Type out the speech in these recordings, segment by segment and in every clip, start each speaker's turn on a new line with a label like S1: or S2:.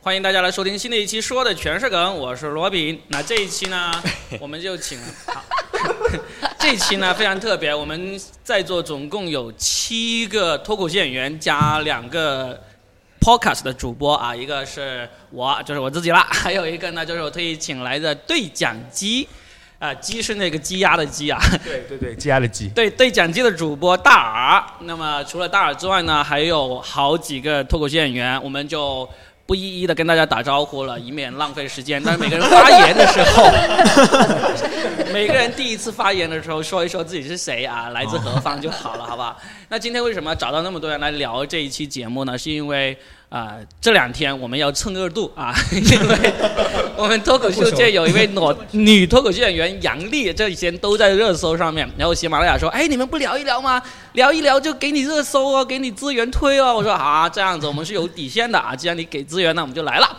S1: 欢迎大家来收听新的一期，说的全是梗，我是罗宾。那这一期呢，我们就请了，好 这一期呢非常特别，我们在座总共有七个脱口秀演员加两个 podcast 的主播啊，一个是我，就是我自己啦，还有一个呢就是我特意请来的对讲机，啊、鸡是那个鸡鸭的鸡啊，
S2: 对对对，鸡鸭的鸡。
S1: 对对讲机的主播大耳。那么除了大耳之外呢，还有好几个脱口秀演员，我们就不一一的跟大家打招呼了，以免浪费时间。但是每个人发言的时候， 每个人第一次发言的时候说一说自己是谁啊，来自何方就好了，好不好？那今天为什么找到那么多人来聊这一期节目呢？是因为啊、呃这两天我们要蹭热度啊， 因为我们脱口秀界有一位裸女脱口秀演员杨丽，这几天都在热搜上面。然后喜马拉雅说：“哎，你们不聊一聊吗？聊一聊就给你热搜哦，给你资源推哦。”我说：“啊，这样子我们是有底线的啊，既然你给资源，那我们就来了。”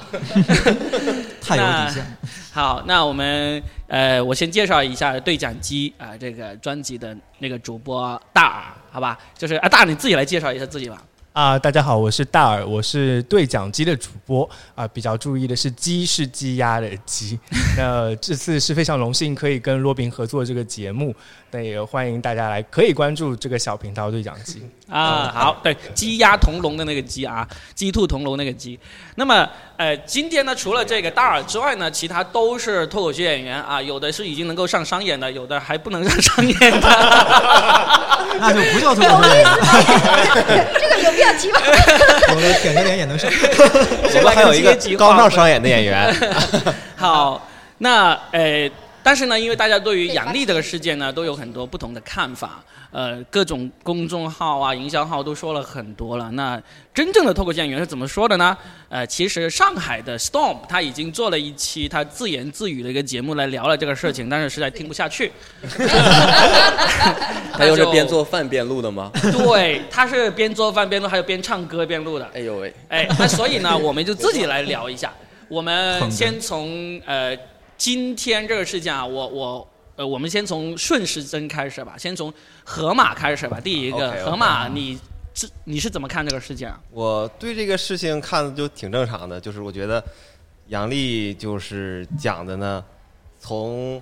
S3: 太有底线了。
S1: 好，那我们呃，我先介绍一下对讲机啊、这个专辑的那个主播大耳，好吧？就是啊，大耳你自己来介绍一下自己吧。
S2: 啊，大家好，我是大耳，我是对讲机的主播啊。比较注意的是，鸡是鸡鸭的鸡。 那这次是非常荣幸可以跟罗宾合作这个节目，那也欢迎大家来，可以关注这个小频道对讲机。
S3: 哦
S1: 啊，好，对，鸡鸭同笼的那个鸡啊，鸡兔同笼那个鸡。那么，呃，今天呢，除了这个大耳之外呢，其他都是脱口秀演员啊，有的是已经能够上商演的，有的还不能上商演的。
S3: 那 就不叫脱口秀演员了。
S4: 这个有必要提 吗？
S3: 我的舔着脸也能上。
S5: 我们还有一个高尚商演的演员，
S1: 好，那呃，但是呢，因为大家对于杨笠这个事件呢，都有很多不同的看法，呃，各种公众号啊、营销号都说了很多了。那真正的脱口秀演员是怎么说的呢？呃，其实上海的 Storm 他已经做了一期他自言自语的一个节目来聊了这个事情，但是实在听不下去。
S5: 他又是边做饭边录的吗？
S1: 对，他是边做饭边录，还有边唱歌边录的。
S5: 哎呦喂，
S1: 哎，那所以呢，我们就自己来聊一下。我们先从呃今天这个事件啊，我我呃，我们先从顺时针开始吧，先从河马开始吧。第一个
S5: OK，OK
S1: 河马，你这你是怎么看这个事件啊？
S5: 我对这个事情看的就挺正常的，就是我觉得杨笠就是讲的呢，从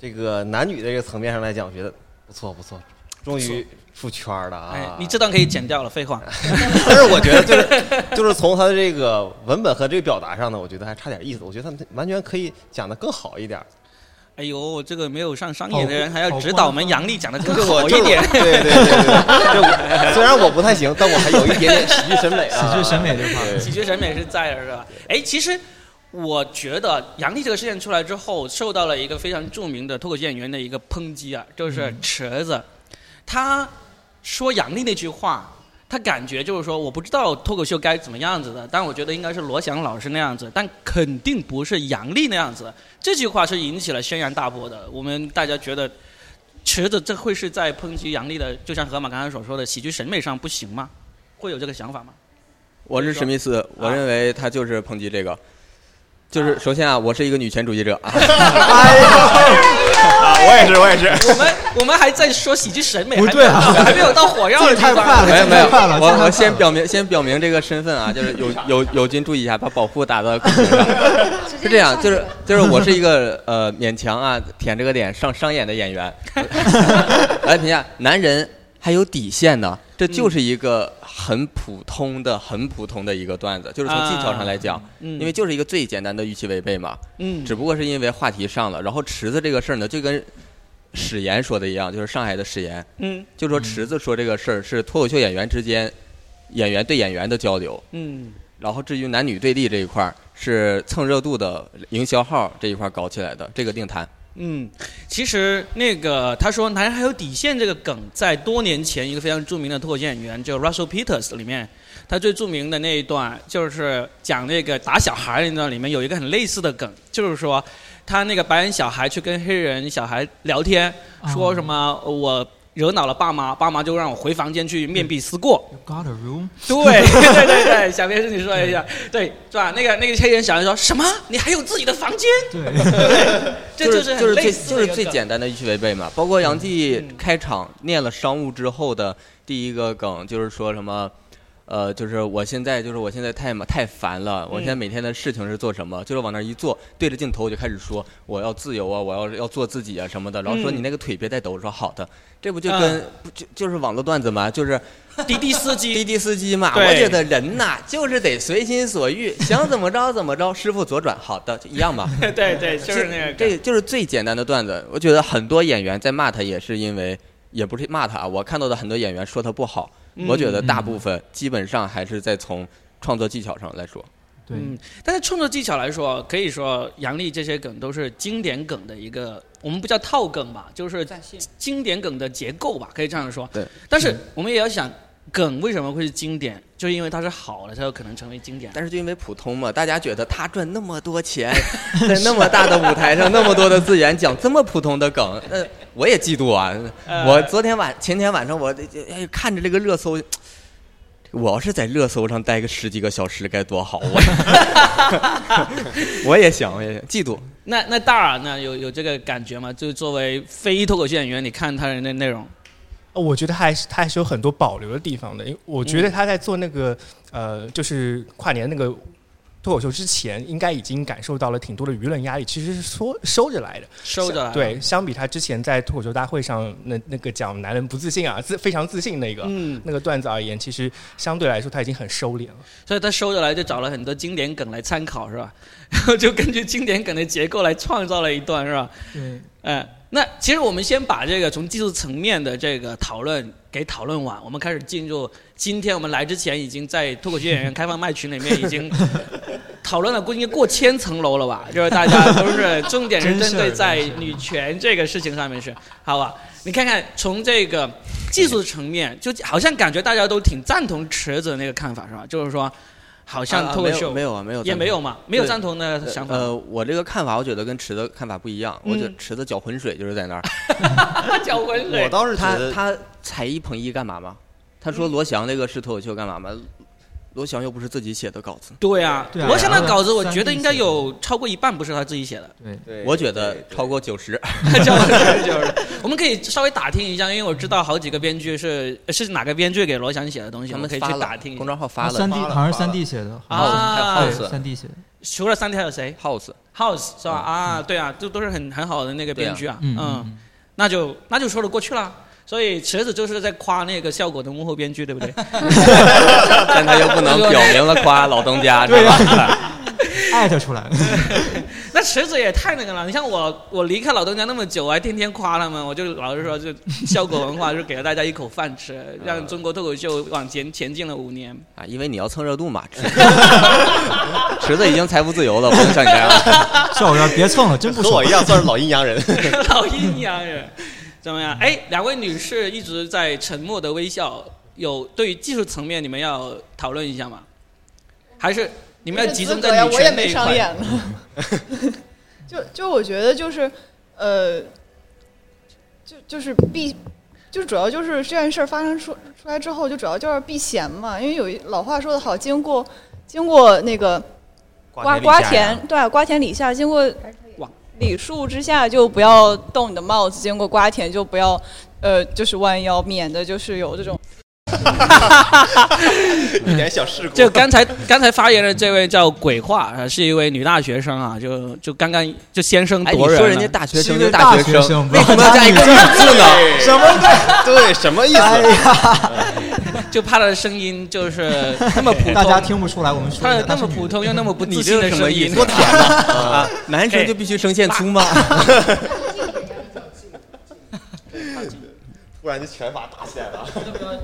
S5: 这个男女的这个层面上来讲，我觉得不错不错，终于出圈了
S1: 哎
S5: 啊！，
S1: 你这段可以剪掉了，废话。
S5: 但是我觉得就是就是从他的这个文本和这个表达上呢，我觉得还差点意思。我觉得他完全可以讲的更好一点。
S1: 哎呦，这个没有上商演的人
S3: 好
S1: 还要指导我们杨笠讲的更
S5: 就我
S1: 好一点。
S5: 对对对对，就我虽然我不太行，但我还有一点点喜剧审美 啊。
S3: 喜剧审美这块 儿
S5: 对
S1: 喜剧审美是在的，是吧？哎，其实我觉得杨笠这个事件出来之后，受到了一个非常著名的脱口秀演员的一个抨击啊，就是池子，他说杨笠那句话。他感觉就是说，我不知道脱口秀该怎么样子的，但我觉得应该是罗翔老师那样子，但肯定不是杨笠那样子的。这句话是引起了轩然大波的。我们大家觉得，池子这会是在抨击杨笠的，就像河马刚才所说的，喜剧审美上不行吗？会有这个想法吗？
S6: 我是史密斯，我
S1: 啊
S6: 认为他就是抨击这个，就是首先啊，我是一个女权主义者啊，
S5: 啊，我也是，我也是。
S1: 我们 我们还在说喜剧审美，
S3: 不对啊
S1: 还没有到还没有到火药的
S3: 这
S1: 地
S3: 太快
S1: 方。
S3: 了，
S6: 没有
S3: 这
S6: 没有
S3: 太快了。，这太快
S6: 我我
S3: 了
S6: 先表明先表明这个身份啊，就是友友友军注意一下，啊把保护打到口上。是这样，就是就是我是一个呃勉强啊舔这个脸上商演的演员， 来评价男人还有底线呢，这就是一个很普通的很普通的一个段子，就是从技巧上来讲，
S1: 嗯
S6: 因为就是一个最简单的预期违背嘛，
S1: 嗯
S6: 只不过是因为话题上了，然后池子这个事儿呢，就跟史岩说的一样，就是上海的史岩，
S1: 嗯
S6: 就说池子说这个事儿是脱口秀演员之间演员对演员的交流，
S1: 嗯
S6: 然后至于男女对立这一块儿，是蹭热度的营销号这一块儿搞起来的，这个另谈。
S1: 嗯，其实那个他说“男人还有底线”这个梗，在多年前一个非常著名的脱口秀演员叫 Russell Peters 里面，他最著名的那一段就是讲那个打小孩儿那段，里面有一个很类似的梗，就是说他那个白人小孩去跟黑人小孩聊天，说什么我惹恼了爸妈，爸妈就让我回房间去面壁思过。
S3: You got a room？
S1: 对对对对，小编是你说一下，对是吧？那个那个黑人小孩说什么？你还有自己的房间？
S3: 对，
S1: 这
S6: 就是就
S1: 很
S6: 是
S1: 类
S6: 最
S1: 似
S6: 就
S1: 的一
S6: 是
S1: 个
S6: 最
S1: 梗
S6: 简单的预期违背嘛。包括杨继
S1: 嗯
S6: 开场念了商务之后的第一个梗，就是说什么，呃，就是我现在就是我现在太忙太烦了，我现
S1: 嗯
S6: 在每天的事情是做什么？就是往那儿一坐，对着镜头我就开始说我要自由啊，我要要做自己啊什么的。然后说
S1: 嗯
S6: 你那个腿别带抖，我说好的，这不就
S1: 嗯
S6: 跟、不就就是网络段子嘛，就是
S1: 滴滴司
S6: 滴
S1: 机，
S6: 滴司机嘛，
S1: 对
S6: 我觉得人呐就是得随心所欲，想怎么着怎么着。师傅左转，好的，就一样吧。
S1: 对对，就是那个
S6: 这就是最简单的段子。我觉得很多演员在骂他，也是因为也不是骂他啊，我看到的很多演员说他不好，
S1: 嗯
S6: 我觉得大部分基本上还是在从创作技巧上来说。
S7: 对，
S1: 嗯，但是创作技巧来说，可以说杨笠这些梗都是经典梗的一个，我们不叫套梗吧，就是经典梗的结构吧，可以这样说。
S6: 对。
S1: 但是我们也要想，梗为什么会是经典？就因为它是好的，才有可能成为经典。
S6: 但是就因为普通嘛，大家觉得他赚那么多钱， 在那么大的舞台上，那么多的资源，讲这么普通的梗，那我也嫉妒啊！
S1: 呃
S6: 我昨天晚前天晚上我哎看着这个热搜，我要是在热搜上待个十几个小时该多好啊！ 我也想，我也想嫉妒，
S1: 那那大耳呢，有有这个感觉吗？就作为非脱口秀演员，你看他的那内容，
S2: 呃我觉得还是他还是有很多保留的地方的，因为我觉得他在做那个、呃，就是跨年那个脱口秀之前，应该已经感受到了挺多的舆论压力，其实是收收着来的。
S1: 收着来。，
S2: 啊
S1: 啊
S2: 对，相比他之前在脱口秀大会上那那个讲男人不自信啊，自非常自信那个、
S1: 嗯，
S2: 那个段子而言，其实相对来说他已经很收敛了。
S1: 所以他收着来就找了很多经典梗来参考，是吧？ 然后就根据经典梗的结构来创造了一段，是吧？
S7: 对，
S1: 嗯，那其实我们先把这个从技术层面的这个讨论给讨论完，我们开始进入今天我们来之前已经在脱口秀演员开放麦群里面已经讨论了，估计过千层楼了吧？就是大家都是重点是针对在女权这个事情上面是，好吧？你看看从这个技术层面，就好像感觉大家都挺赞同池子那个看法是吧？就是说，好像
S6: 啊
S1: 脱口秀、
S6: 没有啊，没有
S1: 也没有嘛，没有
S6: 对
S1: 赞同的想法。
S6: 呃，我这个看法，我觉得跟池子看法不一样。我觉得
S1: 嗯
S6: 池子搅浑水就是在那儿，
S1: 他搅浑水，
S5: 我倒是觉
S6: 他
S5: 得，
S6: 他踩一捧一干嘛嘛？他说罗翔那个是脱口秀干嘛嘛？罗翔又不是自己写的稿子，
S1: 对啊，
S7: 对啊
S1: 罗翔的稿子我觉得
S7: 三
S1: 应该
S7: D
S1: 有超过一半不是他自 己写的，
S5: 对
S6: 我觉得
S5: 对
S6: 超过九十。
S1: 这样就是。我们可以稍微打听一下，因为我知道好几个编剧是是哪个编剧给罗翔写的东西，我
S6: 他
S1: 们可以
S6: 发
S1: 去
S6: 了
S1: 打听一
S6: 公
S1: 下。
S6: 众号发了
S7: 三 D
S5: 发了
S7: 好像是
S5: 发
S7: 三
S5: 了
S7: D 写的，
S1: 啊
S6: 还有 House
S7: 三 D 写的，
S1: 除了三 D 还有谁
S6: House，
S1: ？House 是吧？
S6: 嗯
S1: 啊，对啊，这都是很很好的那个编剧啊。
S7: 嗯
S1: 嗯，，那就那就说得过去了。所以池子就是在夸那个效果的幕后编剧，对不对？
S6: 但他又不 能表明了夸老东 家，是
S7: 对
S6: 吧？
S7: 艾特出来，
S1: 那池子也太那个了。你像我，我离开老东家那么久，我还天天夸他们，我就老是说，就效果文化就给了大家一口饭吃，让中国脱口秀往前前进了五年。
S6: 啊，因为你要蹭热度嘛。 池子池子已经财富自由了，不用像你这样。
S7: 笑人别蹭了，真不
S5: 和我
S7: 爽
S5: 一。样算是老阴阳人。
S1: 老阴阳人，怎么样？哎，两位女士一直在沉默的微笑，有对于技术层面你们要讨论一下吗？还是你们要集中在
S8: 呀，
S1: 女
S8: 啊我也
S1: 权这
S8: 没
S1: 一
S8: 上
S1: 块？
S8: 演了。 就就我觉得就是呃，就就是避，就主要就是这件事儿发生出出来之后，就主要就是避嫌嘛。因为有一老话说得好，经过经过那个瓜瓜田，对啊瓜田李下，经过
S1: 哇
S8: 李树之下就不要动你的帽子，经过瓜田就不要呃，就是弯腰，免得就是有这种。
S5: 有点小事故。
S1: 就刚才刚才发言的这位叫鬼话，呃是一位女大学生啊，就就刚刚就先声
S6: 哎，你
S1: 夺人了、
S6: 说人家大学生
S7: 是一个
S6: 就是
S7: 大
S6: 学
S7: 学生
S6: 为什哎么要加一 个字呢？
S5: 对
S7: 什么
S5: 对什么意
S7: 哎
S5: 思？
S7: 呀，
S1: 就怕她的声音就是那么普通，
S7: 大家听不出来我们说
S1: 她
S7: 的
S1: 的那么普，通又那么不自
S6: 你
S1: 信
S6: 这
S1: 的
S6: 是什么
S1: 声
S6: 意
S1: 音
S6: 思？，甜呐！啊，男生就必须声线粗 吗？
S5: 突然就拳法打起来了。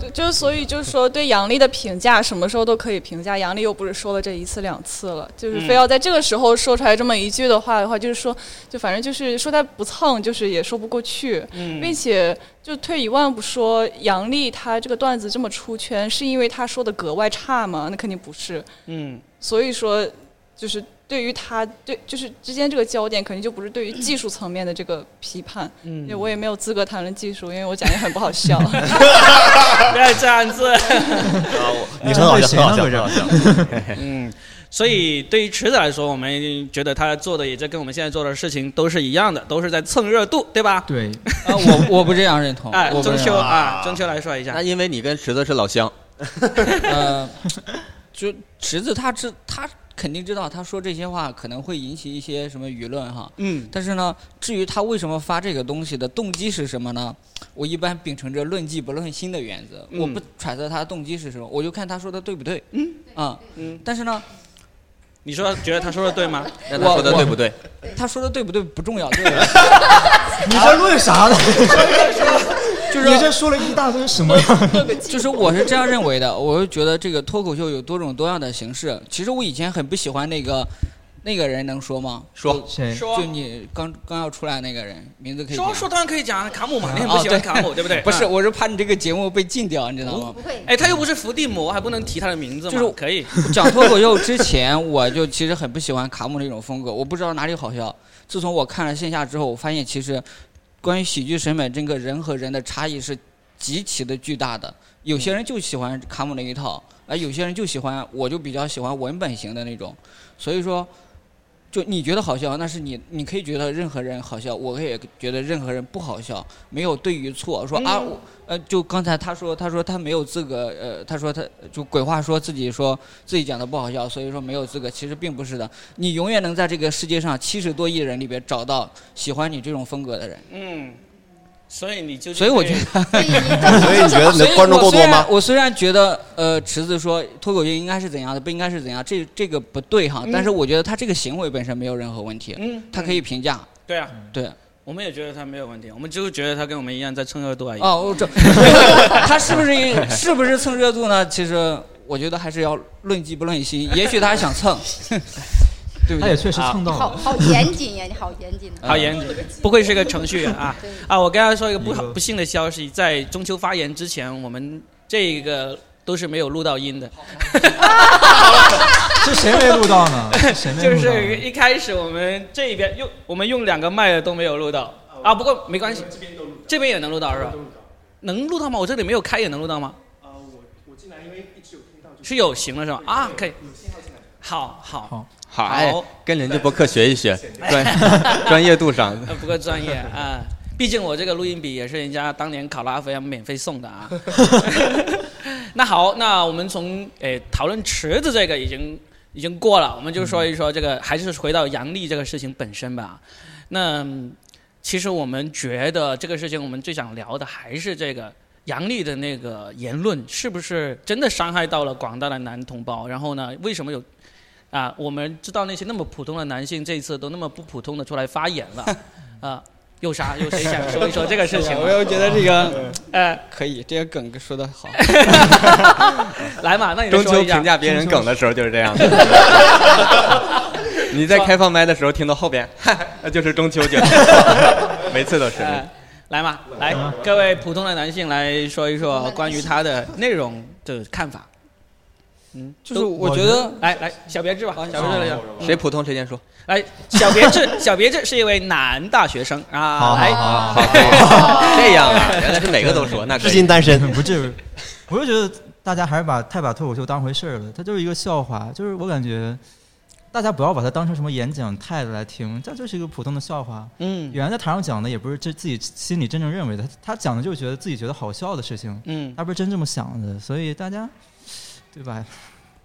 S8: 就就是所以就是说对杨笠的评价，什么时候都可以评价。杨笠又不是说了这一次两次了，就是非要在这个时候说出来这么一句的话的话，就是说，就反正就是说他不蹭，就是也说不过去。并
S1: 嗯，
S8: 且就退一万步说，杨笠他这个段子这么出圈，是因为他说的格外差吗？那肯定不是。
S1: 嗯，
S8: 所以说，就是对于他对就是之间这个焦点，肯定就不是对于技术层面的这个批判。
S1: 嗯
S8: 因为我也没有资格谈论技术，因为我讲也很不好笑。
S1: 不要这样子。
S5: 啊， 我
S7: 你很好笑谁那么人
S5: 笑。
S1: 嗯，所以对于池子来说，我们觉得他做的也就跟我们现在做的事情都是一样的，都是在蹭热度，对吧？
S7: 对，
S9: 啊，我我不这样认同。
S1: 哎，
S9: 我不
S1: 中
S9: 这
S1: 秋
S9: 样
S1: 啊，中秋来说一下
S6: 那，因为你跟池子是老乡，
S10: 呃，就池子他知他肯定知道，他说这些话可能会引起一些什么舆论哈。
S1: 嗯，
S10: 但是呢，至于他为什么发这个东西的动机是什么呢？我一般秉承着论迹不论心的原则，
S1: 嗯
S10: 我不揣测他的动机是什么，我就看他说的对不对。嗯啊，
S1: 嗯，
S10: 但是呢，
S1: 你说觉得他说的对吗？
S6: 那他说的对不对？
S10: 他说的对不对不重要，对吧
S3: 你这论啥呢？
S10: 就是
S3: 你这说了一大堆什么呀？
S10: 就是我是这样认为的，我是觉得这个脱口秀有多种多样的形式。其实我以前很不喜欢那个那个人，能说吗？
S6: 说
S2: 哎
S3: 谁？
S1: 说
S10: 就你刚刚要出来那个人，名字可以
S1: 说
S10: 讲
S1: 说当然可以讲，卡姆嘛，你也
S10: 哦
S1: 不喜欢
S10: 对
S1: 卡姆对不对？
S10: 不是，
S1: 嗯，
S10: 我是怕你这个节目被禁掉，你知道吗？
S11: 不会，
S1: 哎，他又不是伏地魔，还不能提他的名字吗？
S10: 就是
S1: 可以，
S10: 讲脱口秀之前，我就其实很不喜欢卡姆这种风格，我不知道哪里好笑。自从我看了线下之后，我发现其实关于喜剧审美，这个人和人的差异是极其的巨大的。有些人就喜欢卡姆那一套，而有些人就喜欢，我就比较喜欢文本型的那种。所以说，就你觉得好笑，那是你，你可以觉得任何人好笑，我也觉得任何人不好笑，没有对与错。说啊，我呃，就刚才他说，他说他没有资格，呃，他说他就鬼话说自己说自己讲的不好笑，所以说没有资格。其实并不是的，你永远能在这个世界上七十多亿人里边找到喜欢你这种风格的人。
S1: 嗯，所以你就
S10: 所以我觉得。
S11: 所以你
S5: 所以你觉得你的观众够多吗？
S10: 我虽然觉得，呃，池子说脱口秀应该是怎样的，不应该是怎样，这这个不对哈。
S1: 嗯
S10: 但是我觉得他这个行为本身没有任何问题，
S1: 嗯，
S10: 他可以评价。
S1: 对啊，
S10: 对，
S1: 我们也觉得他没有问题，我们就是觉得他跟我们一样在蹭热度而已。
S10: 哦， 我这他是不是是不是蹭热度呢？其实我觉得还是要论迹不论心，也许他还想 蹭，对不
S3: 他也
S10: 对？
S3: 确实蹭到
S11: 啊好
S3: 了。
S11: 好 严谨呀，你好严谨啊的。
S1: 好严谨，不愧是个程序员啊！
S11: 对，
S1: 啊，我跟大家说一个不好
S3: 一个
S1: 不幸的消息，在中秋发言之前，我们这个都是没有录到音 的，
S3: 这谁没录到 呢？这谁没录
S1: 就
S3: 到呢？
S1: 是一开始我们这边用我们用两个麦的都没有录到啊，不过没关系，这边也能录到啊是吧？能录到吗？我这里没有开也能录到吗？是有行了是吧？啊，可以，好好，
S6: 好，
S1: 好
S6: 哎，跟人家播客学一学， 专专业度上。
S1: 呃不够专业啊。毕竟我这个录音笔也是人家当年考拉菲免费送的啊。那好，那我们从诶讨论池子这个已经已经过了，我们就说一说这个，还是回到杨笠这个事情本身吧。那嗯其实我们觉得这个事情，我们最想聊的还是这个杨笠的那个言论，是不是真的伤害到了广大的男同胞？然后呢，为什么有啊？我们知道那些那么普通的男性，这一次都那么不普通的出来发言了啊？有啥？有谁想说一说这个事情吗？
S10: 啊 我又觉得这个
S1: 呃，
S10: 可以，这个梗说的好。
S1: 来嘛，那你就
S6: 中
S1: 说
S6: 秋
S1: 一下
S6: 评。价别人梗的时候就是这样的。 你在开放麦的时候听到后边，哈哈 那就是中秋 节，每次都是。
S3: 哎
S1: 呃，来嘛，来，
S3: 啊
S1: 各位普通的男性来说一说关于他的内容的看法。嗯，
S10: 就是
S1: 都
S10: 我觉得
S1: 来来，小别致吧，小别致来讲。
S6: 谁普通谁先说。
S1: 来，小别致，小别致是一位男大学生啊，
S3: 好
S1: 来，
S3: 好好，
S6: 好，可以这样啊，原来是每个都 说，那可
S5: 至
S6: 以
S5: 今。单身。
S3: 不至于。我就觉得大家还是把太把脱口秀当回事儿了，它就是一个笑话。就是我感觉大家不要把它当成什么演讲态度来听，它就是一个普通的笑话。
S1: 嗯
S3: 演员在台上讲的也不是这自己心里真正认为的，他他讲的就是觉得自己觉得好笑的事情，
S1: 嗯，
S3: 他不是真这么想的。所以大家，对吧？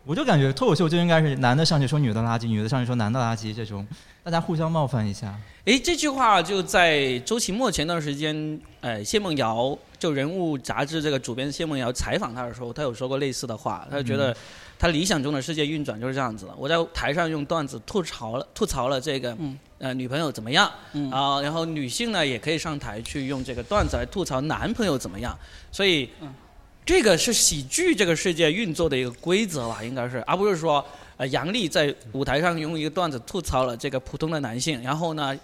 S3: 我就感觉脱口秀就应该是男的上去说女的垃圾，女的上去说男的垃圾这种，大家互相冒犯一下。
S1: 诶，这句话就在周奇墨前段时间，呃，谢梦瑶就《人物》杂志这个主编谢梦瑶采访他的时候，他有说过类似的话，他就觉
S3: 嗯
S1: 得他理想中的世界运转就是这样子的。我在台上用段子吐槽了吐槽了这个、
S10: 嗯
S1: 呃女朋友怎么样，
S10: 嗯
S1: 啊、然后女性呢也可以上台去用这个段子来吐槽男朋友怎么样，所以、
S10: 嗯
S1: 这个是喜剧这个世界运作的一个规则吧，应该是，而不是说呃杨笠在舞台上用一个段子吐槽了这个普通的男性，然后呢，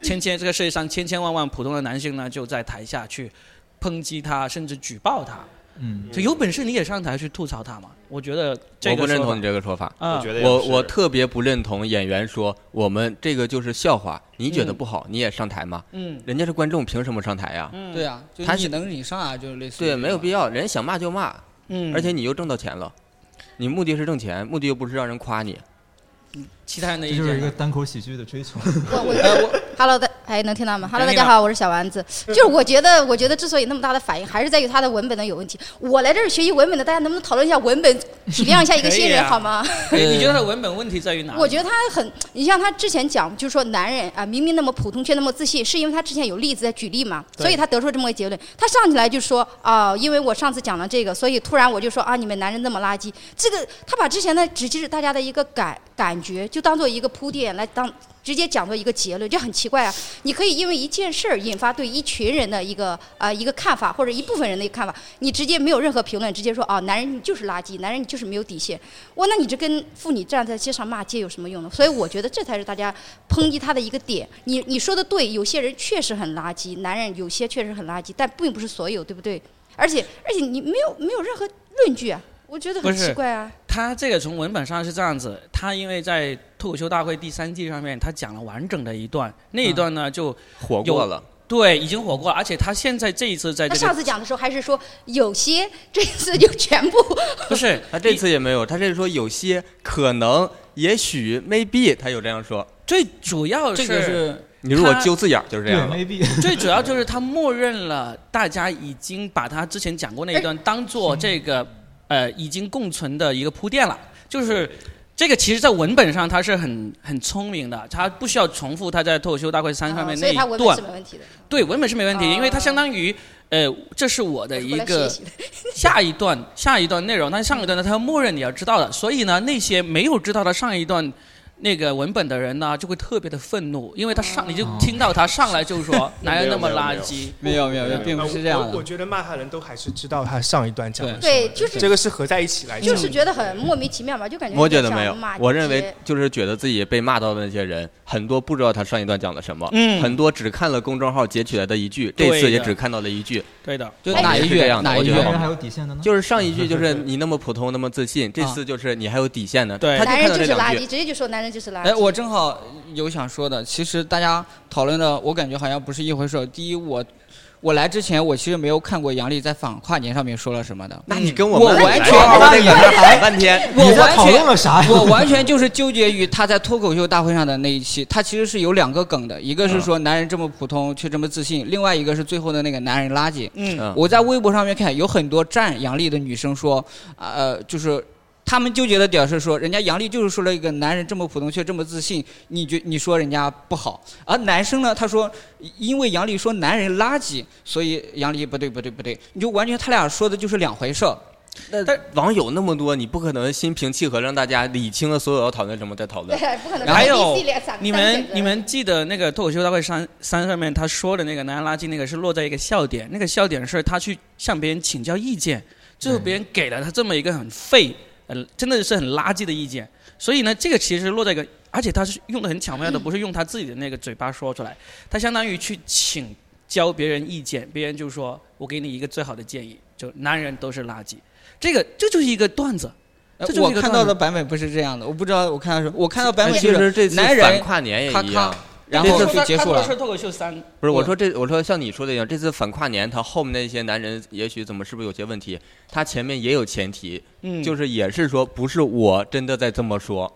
S1: 千千这个世界上千千万万普通的男性呢就在台下去抨击他，甚至举报他，
S3: 嗯，
S1: 就有本事你也上台去吐槽他嘛，我觉得这
S6: 我
S1: 个
S6: 不认
S1: 说法
S6: 同你这个说法。
S1: 啊，
S5: 我觉得也
S6: 我
S5: 是
S6: 我特别不认同演员说我们这个就是笑话，你觉得不好你也上台吗？
S1: 嗯
S6: 人家是观众，凭什么上台呀？
S1: 嗯
S10: 对啊，就
S6: 他
S10: 你
S6: 是
S10: 能你上啊，就是类似于
S6: 对，
S10: 这
S6: 没有
S10: 种
S6: 必要，人想骂就骂，
S1: 嗯，
S6: 而且你又挣到钱了，你目的是挣钱，目的又不是让人夸你。
S1: 其他人的
S3: 这
S1: 意
S3: 就是
S1: 见
S3: 一
S1: 呢
S3: 个单口喜剧的追求。
S11: 我我
S10: 呃，我
S11: Hello 大哎，能听到吗？Hello，大家好，我是小丸子。就是我觉得，我觉得之所以那么大的反应，还是在于他的文本的有问题。我来这儿学习文本的，大家能不能讨论一下文本，体谅一下一个新
S1: 可以
S11: 人
S1: 啊
S11: 好吗？
S1: 你你觉得他的文本问题在于哪里？
S11: 我觉得他很，你像他之前讲，就是说男人啊，明明那么普通却那么自信，是因为他之前有例子在举例嘛，
S1: 对
S11: 所以他得出这么个结论。他上起来就说啊、因为我上次讲了这个，所以突然我就说啊，你们男人那么垃圾。这个他把之前的只是大家的一个感感觉，就当做一个铺垫来当。直接讲做一个结论，这很奇怪啊！你可以因为一件事儿引发对一群人的一个啊、呃一个看法，或者一部分人的一个看法，你直接没有任何评论，直接说啊，男人你就是垃圾，男人你就是没有底线。哇，那你这跟妇女站在街上骂街有什么用呢？所以我觉得这才是大家抨击他的一个点。你你说的对，有些人确实很垃圾，男人有些确实很垃圾，但并不是所有，对不对？而且而且你没有没有任何论据啊，我觉得很
S1: 不是
S11: 奇怪啊。
S1: 他这个从文本上是这样子，他因为在脱口秀大会第三季上面，他讲了完整的一段，那一段呢就
S6: 火过了，
S1: 对已经火过了，而且他现在这一次在
S11: 他
S1: 哎这
S11: 上
S1: 个
S11: 次讲的时候还是说有些，这次就全部。
S1: 不是
S6: 他这次也没有，他这次说有些可能、也许、maybe，他有这样说。
S1: 最主要
S10: 这 个是
S6: 你如果
S1: 他
S6: 揪字眼儿就是这
S3: 对
S1: 啊
S6: 样了。
S3: ，maybe
S1: 最主要就是他默认了大家已经把他之前讲过那一段当做这个呃已经共存的一个铺垫了，就是。这个其实，在文本上他是很很聪明的，他不需要重复他在脱口秀大会三上
S11: 啊
S1: 面
S11: 所
S1: 那
S11: 以他
S1: 一
S11: 文本
S1: 段
S11: 是，没问题的，
S1: 对文本是没问题，
S11: 啊
S1: 因为它相当于，呃，这是我的
S11: 我
S1: 一
S11: 来学
S1: 个
S11: 习的。
S1: 下一段下一段内容，但上一段呢，它默认你要知道的，所以呢，那些没有知道的上一段那个文本的人呢，就会特别的愤怒，因为他
S11: 哦
S1: 上你就听到他上来就 说哪有那么垃圾，
S10: 没有没有，并不是这样
S2: 我我
S10: 的。
S2: 觉得骂他人都还是知道他上一段讲的什么
S11: 对
S2: 的
S11: 就是
S2: 这个是合在一起来讲
S11: 就
S2: 的。
S11: 是觉得很莫名其妙吧，就感觉
S6: 我觉得没有
S11: 像骂，
S6: 我认为
S11: 街
S6: 就是觉得自己被骂到的那些人，很多不知道他上一段讲了什么，
S1: 嗯
S6: 很多只看了公众号截取来的一句，
S1: 对
S6: 这次也
S1: 的
S6: 只看到了一句，
S1: 对的，
S10: 就哪一
S6: 是
S10: 句
S6: 这样的
S10: 哪一
S6: 我
S10: 句
S6: 觉得
S3: 男人还有底线的呢？
S6: 就是上一句就是你那么普通，那么自信，这次就是你还有底线呢。
S1: 对
S6: 他就
S11: 男
S6: 看
S11: 人
S6: 到
S11: 就
S6: 这
S11: 是垃
S6: 两
S11: 圾，
S6: 句，
S11: 直接就说男人就是垃圾。
S10: 哎，我正好有想说的。其实大家讨论的，我感觉好像不是一回事儿。第一，我我来之前，我其实没有看过杨笠在反跨年上面说了什么的。
S6: 那你跟我
S10: 我
S6: 们
S5: 哎
S10: 完全
S6: 我在你那儿喊半 天，
S10: 我
S3: 你在
S10: 完
S3: 讨论
S10: 全，
S3: 了啥呀？
S10: 我完全就是纠结于他在脱口秀大会上的那一期，他其实是有两个梗的，一个
S6: 嗯
S10: 是说男人这么普通却这么自信，另外一个是最后的那个男人垃圾。
S1: 嗯
S6: 嗯
S10: 我在微博上面看，有很多站杨笠的女生说，呃，就是她们纠结的点是说，人家杨笠就是说了一个男人这么普通却这么自信，你觉你说人家不好，而男生呢，他说因为杨笠说男人垃圾，所以杨笠不对不对不对，你就完全他俩说的就是两回事儿。
S6: 但网友那么多，你不可能心平气和让大家理清了所有要讨论什么再讨论。
S11: 对，不可能。
S1: 还有
S11: ABC 连三
S1: 你们你们记得那个脱口秀大会三三上面他说的那个男人垃圾那个是落在一个笑点，那个笑点是他去向别人请教意见，最后别人给了他这么一个很废，呃，真的是很垃圾的意见。所以呢，这个其实落在一个，而且他是用的很巧妙的，不是用他自己的那个嘴巴说出来，他相当于去请教别人意见，别人就说我给你一个最好的建议，就男人都是垃圾，这个这就是一个段子。
S10: 呃
S1: 这就是
S10: 我
S1: 一个
S10: 看到
S1: 段
S10: 的
S1: 子
S10: 版本不是这样的，我不知道我看到什么，我看到版
S6: 哎
S10: 本
S6: 其
S10: 就
S6: 实这
S10: 是
S6: 次
S10: 男
S6: 反
S10: 人
S6: 跨年也
S10: 咔
S6: 一样
S10: 咔，，然
S6: 这
S10: 后
S6: 次
S10: 就结束
S1: 他
S10: 了
S1: 说。脱口秀三，
S6: 不是我
S10: 我
S6: 说这，我说像你说的一样，这次反跨年，他后面那些男人也许怎么是不是有些问题？他前面也有前提，
S1: 嗯，
S6: 就是也是说，不是我真的在这么说，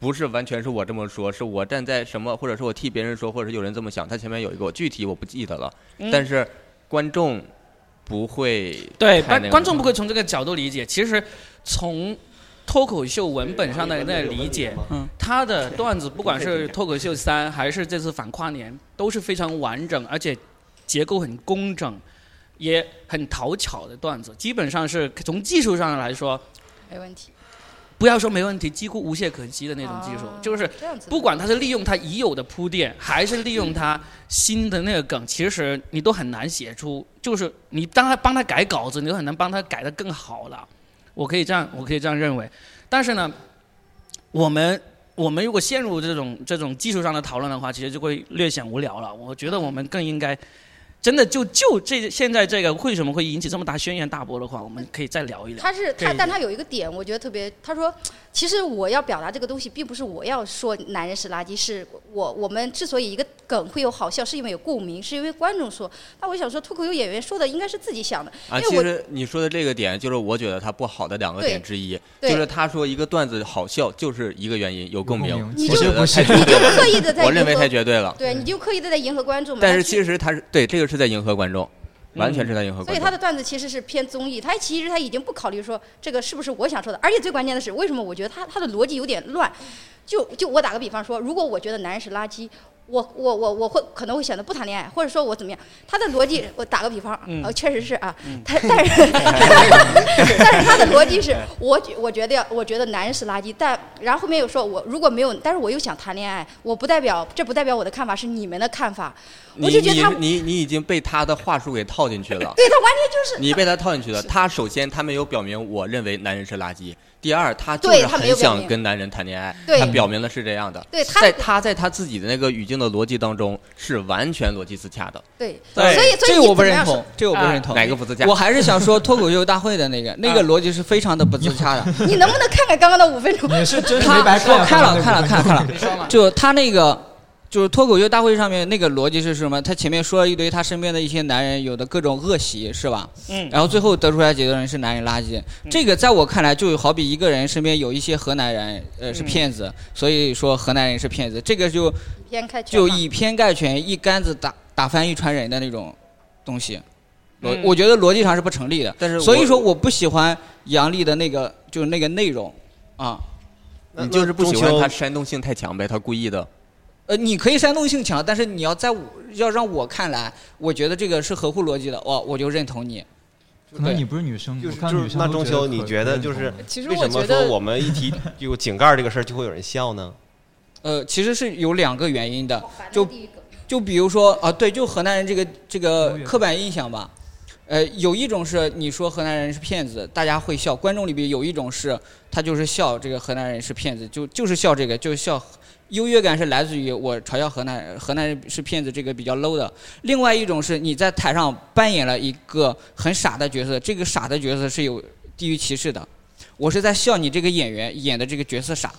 S6: 不是完全是我这么说，是我站在什么，或者是我替别人说，或者是有人这么想。他前面有一个，我具体我不记得了，
S1: 嗯
S6: 但是观众不会
S1: 对，
S6: 太那
S1: 观
S6: 个
S1: 观众不会从这个角度理解。其实从脱口秀文本上的那理解，
S10: 嗯
S1: 他的段子不管是脱口秀三还是这次反跨年，都是非常完整，而且结构很工整，也很讨巧的段子。基本上是从技术上来说，
S11: 没问题，
S1: 不要说没问题，几乎无懈可击的那种技术，
S11: 哦
S1: 就是
S11: 这样子的。
S1: 不管他是利用他已有的铺垫，还是利用他新的那个梗，其实你都很难写出，就是你当他帮他改稿子，你都很难帮他改得更好了。我可以这样，我可以这样认为。但是呢，我们我们如果陷入这种这种技术上的讨论的话，其实就会略显无聊了。我觉得我们更应该。真的就就这现在这个为什么会引起这么大轩然大波的话，我们可以再聊一聊。
S11: 他是
S1: 这一
S11: 他，
S1: 点
S11: 但他有一个点，我觉得特别。他说，其实我要表达这个东西，并不是我要说男人是垃圾，是我我们之所以一个梗会有好笑，是因为有共鸣，是因为观众说。那我想说，脱口秀演员说的应该是自己想的，
S6: 啊，
S11: 因
S6: 其
S11: 为我
S6: 实你说的这个点，就是我觉得他不好的两个
S11: 对
S6: 点之一，就
S11: 对
S6: 是他说一个段子好笑，就是一个原因有共
S3: 有
S6: 鸣
S3: 共鸣，
S11: 你
S6: 我
S11: 就
S6: 觉得
S3: 不
S6: 太
S3: 是
S6: 绝
S11: 你就
S6: 对了
S11: 刻意的在嗯
S6: 我认为
S11: 迎合
S6: 太绝对了。
S11: 对，
S1: 嗯
S11: 你就刻意的在迎合观众嘛。
S6: 但
S11: 他
S6: 是
S11: 去
S6: 其实他是对这个是在迎合观众，完全是在迎合
S11: 嗯所
S6: 观
S11: 以他
S6: 众。
S11: 的段子其实是偏综艺，他其实他已经不考虑说这个是不是我想说的，而且最关键的是，为什么我觉得他他的逻辑有点乱？就就我打个比方说，如果我觉得男人是垃圾，我我我我会可能会选择不谈恋爱，或者说我怎么样？他的逻辑，我打个比方，
S6: 嗯
S11: 呃，确实是啊，他但 是但是他的逻辑
S6: 嗯
S11: 是我觉我觉得要我觉得男人是垃圾，但然后后面又说我如果没有，但是我又想谈恋爱，我不代表这不代表我的看法是你们的看法，
S6: 你
S11: 我就觉得
S6: 你
S11: 他
S6: 你你已经被他的话术给套进去 了。
S11: 对他完全就是
S6: 你被他套进去了。他首先他没有表明我认为男人是垃圾，第二他就
S11: 对
S6: 是
S11: 他没有
S6: 很
S11: 表
S6: 想
S11: 明
S6: 跟男人谈恋爱，
S11: 对
S6: 他表明的是这样的。
S11: 对他
S6: 在他在他自己的那个语境的逻辑当中是完全逻辑自洽的，
S11: 对，
S10: 对
S11: 所以所以
S10: 这个
S11: 你
S10: 我不
S11: 怎么
S10: 认
S11: 样
S10: 同，这个我不啊
S1: 啊
S10: 认同。
S6: 哪个不自洽
S10: 我？还是想说脱口秀大会的那个，那个逻辑是非常的不自洽的。
S11: 你能不能看看刚刚的五分钟？
S3: 也是真是
S10: 他
S3: 没白看
S10: 我
S3: 啊。
S10: 看
S3: 刚
S10: 了
S3: 才
S10: 看了
S3: 那
S10: 看了
S3: 个
S10: 看了，
S1: 说嘛，
S10: 就他那个，就是脱口秀大会上面那个逻辑是什么？他前面说了一堆他身边的一些男人有的各种恶习，是吧？
S1: 嗯
S10: 然后最后得出来结论是男人垃圾。这个在我看来，就好比一个人身边有一些河南人，呃，是
S1: 嗯
S10: 骗子，所以说河南人是骗子。这个就
S11: 偏开全
S10: 就
S11: 嘛
S10: 以偏概全，一竿子打打翻一船人的那种东西。逻、
S1: 嗯
S10: 我觉得逻辑上是不成立的，
S6: 但是我
S10: 所以说我不喜欢杨笠的那个就是那个内容啊。
S5: 那
S6: 你就是不喜
S5: 那
S6: 欢
S5: 中
S6: 他
S5: 秋
S6: 煽动性太强呗，他故意的。
S10: 呃，你可以煽动性强，但是你要在我要让我看来，我觉得这个是合乎逻辑的，哦，我就认同你。
S3: 可能你不是女生，
S5: 就
S3: 我
S5: 是
S3: 看
S5: 就
S3: 女
S5: 是
S3: 生
S5: 那
S3: 都
S5: 中
S3: 得
S5: 秋，
S3: 可
S5: 你觉得就是
S4: 其实
S5: 为
S4: 我
S5: 什么
S4: 觉
S5: 说
S4: 得
S5: 我们一提就井盖这个事儿就会有人笑呢？
S10: 呃，其实是有两个原因的，就
S11: 第 一个
S10: 就比如说啊，对，就河南人这个这
S3: 优
S10: 个
S3: 越
S10: 刻板印象吧。呃，有一种是你说河南人是骗子，大家会笑；观众里边有一种是他就是笑这个河南人是骗子，就就是笑这个，就是笑。优越感是来自于我嘲笑河南人河南人是骗子这个比较 low 的。另外一种是你在台上扮演了一个很傻的角色，这个傻的角色是有地域歧视的。我是在笑你这个演员演的这个角色傻，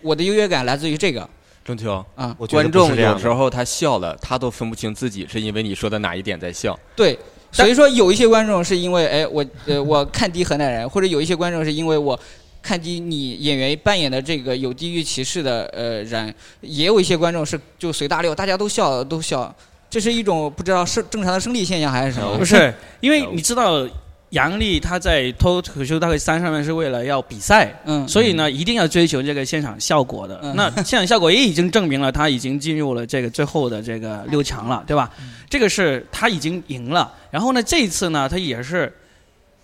S10: 我的优越感来自于这个
S6: 中秋，
S10: 啊。
S5: 我觉得
S6: 观
S5: 不
S6: 众
S5: 是这样
S6: 有
S5: 的
S6: 时候他笑了，他都分不清自己是因为你说的哪一点在笑。
S10: 对，所以说有一些观众是因为哎我呃我看低河南人，或者有一些观众是因为我看低你演员扮演的这个有地域歧视的呃人，也有一些观众是就随大流，大家都笑都笑，这是一种不知道是正常的生理现象还是什么
S1: 不。是，因为你知道杨笠他在脱口秀大会三上面是为了要比赛，
S10: 嗯，
S1: 所以呢，一定要追求这个现场效果的。
S10: 嗯
S1: 那现场效果也已经证明了他已经进入了这个最后的这个六强了，对吧？
S10: 嗯
S1: 这个是他已经赢了。然后呢，这一次呢，他也是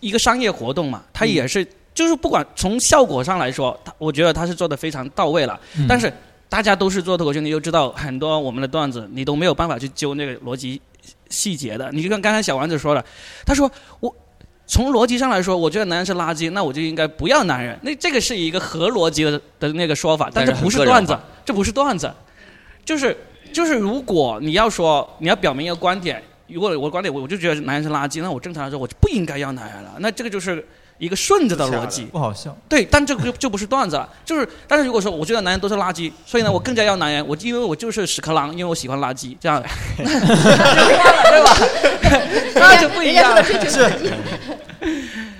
S1: 一个商业活动嘛，他也是、就是不管从效果上来说，他我觉得他是做的非常到位了。
S3: 嗯
S1: 但是大家都是做脱口秀，你就知道很多我们的段子，你都没有办法去揪那个逻辑细节的。你就像刚才小丸子说了，他说我从逻辑上来说，我觉得男人是垃圾，那我就应该不要男人。那这个是一个合逻辑的的那个说法，但
S6: 但
S1: 这
S6: 是
S1: 不是
S6: 很个人
S1: 段子
S6: 化，
S1: 这不是段子，就是就是如果你要说你要表明一个观点，如果我的观点我我就觉得男人是垃圾，那我正常来说我就不应该要男人了，那这个就是一个顺着的逻辑。
S3: 不好笑，
S1: 对，但这个就就不是段子了，就是，但是如果说我觉得男人都是垃圾，所以呢，我更加要男人，我因为我就是屎壳郎，因为我喜欢垃圾，这样，对吧？那就不一
S11: 人家
S1: 样
S11: 说
S1: 了
S11: 的。追求刺激，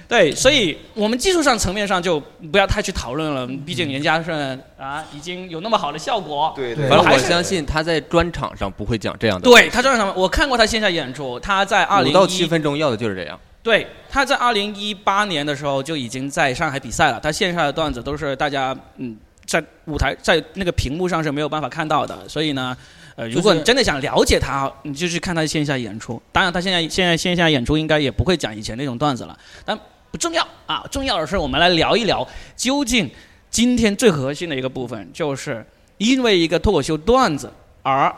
S1: 对，所以我们技术上层面上就不要太去讨论了，毕竟人家是啊，已经有那么好的效果。
S5: 对
S3: 对
S6: 反正
S1: 还
S6: 我
S1: 是
S6: 相信他在专场上不会讲这样的。
S1: 对他专场，我看过他线下演出，他在二零
S6: 五
S1: 一
S6: 到七分钟要的就是这 样。
S1: 对，他在二零一八年的时候就已经在上海比赛了，他线下的段子都是大家嗯在舞台在那个屏幕上是没有办法看到的，所以呢。呃，如果你真的想了解他，你就去看他线下演出。当然，他现在现在线下演出应该也不会讲以前那种段子了，但不重要啊。重要的是，我们来聊一聊，究竟今天最核心的一个部分，就是因为一个脱口秀段子而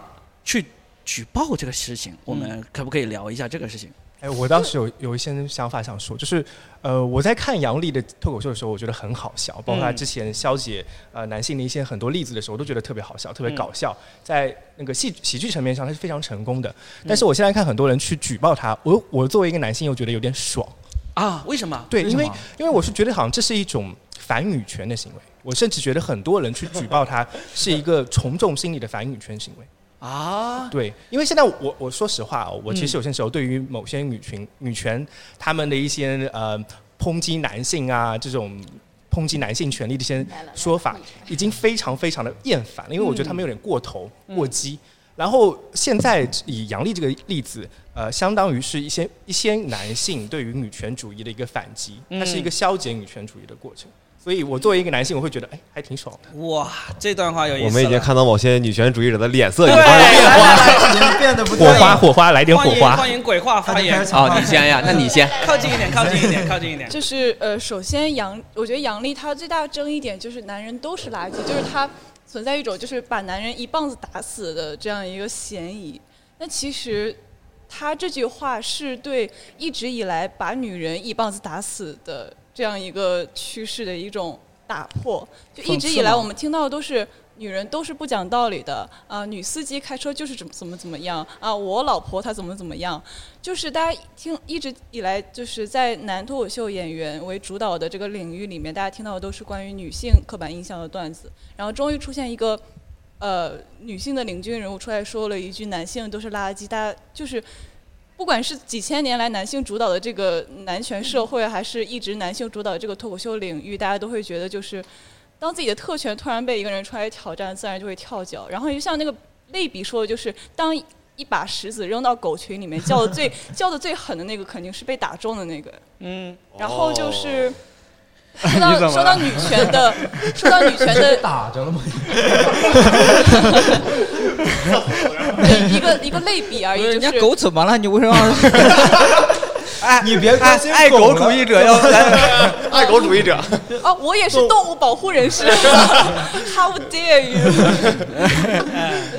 S1: 去举报这个事情，我们可不可以聊一下这个事情？
S2: 哎，我倒是有有一些想法想说，就是呃，我在看杨笠的脱口秀的时候，我觉得很好笑，包括他
S1: 嗯
S2: 之前消解呃男性的一些很多例子的时候，我都觉得特别好笑，特别
S1: 嗯
S2: 搞笑，在那个戏喜剧层面上，他是非常成功的。
S11: 嗯
S2: 但是我现在看很多人去举报他，我我作为一个男性又觉得有点爽，
S1: 啊，为什么？
S2: 对，
S3: 为
S2: 因
S3: 什
S2: 为
S3: 么
S2: 因为我是觉得好像这是一种反女权的行为，我甚至觉得很多人去举报他是一个从众心理的反女权行为。
S1: 啊，
S2: 对，因为现在我我说实话、哦，我
S1: 嗯
S2: 其实有些时候对于某些女群女权他们的一些呃抨击男性啊这种抨击男性权利的一些说法，已经非常非常的厌烦了，因为我觉得
S1: 嗯
S2: 他们有点过头、过激。然后现在以杨笠这个例子，呃，相当于是一些一些男性对于女权主义的一个反击，
S1: 嗯
S2: 它是一个消解女权主义的过程。所以我作为一个男性，我会觉得，哎，还挺爽的。
S1: 哇，这段话有意思了。
S5: 我们已经看到某些女权主义者的脸色已
S1: 对，
S5: 经
S1: 来来来
S3: 已经变得不
S2: 火
S3: 对
S2: 花，
S3: 了，
S2: 火花，来点
S1: 欢
S2: 火
S1: 迎
S2: 花
S1: 欢！迎鬼话发
S3: 他就开
S1: 言
S3: 始，抢
S6: 哦
S3: 话，
S6: 你先呀，那你先。
S1: 靠近一点，靠近一 点，靠近一点。
S8: 就是呃，首先杨，我觉得杨笠她最大的争议点就是男人都是垃圾，就是她存在一种就是把男人一棒子打死的这样一个嫌疑。那其实她这句话是对一直以来把女人一棒子打死的这样一个趋势的一种打破。就一直以来我们听到的都是。女人都是不讲道理的啊、女司机开车就是怎么怎么怎么样啊，我老婆她怎么怎么样，就是大家听一直以来就是在男脱口秀演员为主导的这个领域里面，大家听到的都是关于女性刻板印象的段子，然后终于出现一个呃女性的领军人物出来说了一句“男性都是垃圾”，大家就是。不管是几千年来男性主导的这个男权社会，还是一直男性主导的这个脱口秀领域，大家都会觉得就是，当自己的特权突然被一个人出来挑战，自然就会跳脚。然后就像那个类比说的，就是当一把石子扔到狗群里面，叫的 最叫的最狠的那个肯定是被打中的那个。
S1: 嗯，
S10: 哦
S5: 哦
S8: 然后 就是说到、说到女权的，说到女权的
S3: 打着 了吗？
S8: 一个一个类比而已，
S10: 人
S8: 就
S10: 家
S8: 是
S10: 狗怎么了？你 哎为什么要？
S3: 你别关
S6: 爱
S3: 心
S6: 爱狗主
S3: 了
S6: 义者要来，
S10: 哎
S5: 爱狗主义者，
S8: 哦，我也是动物保护人士，How dare you！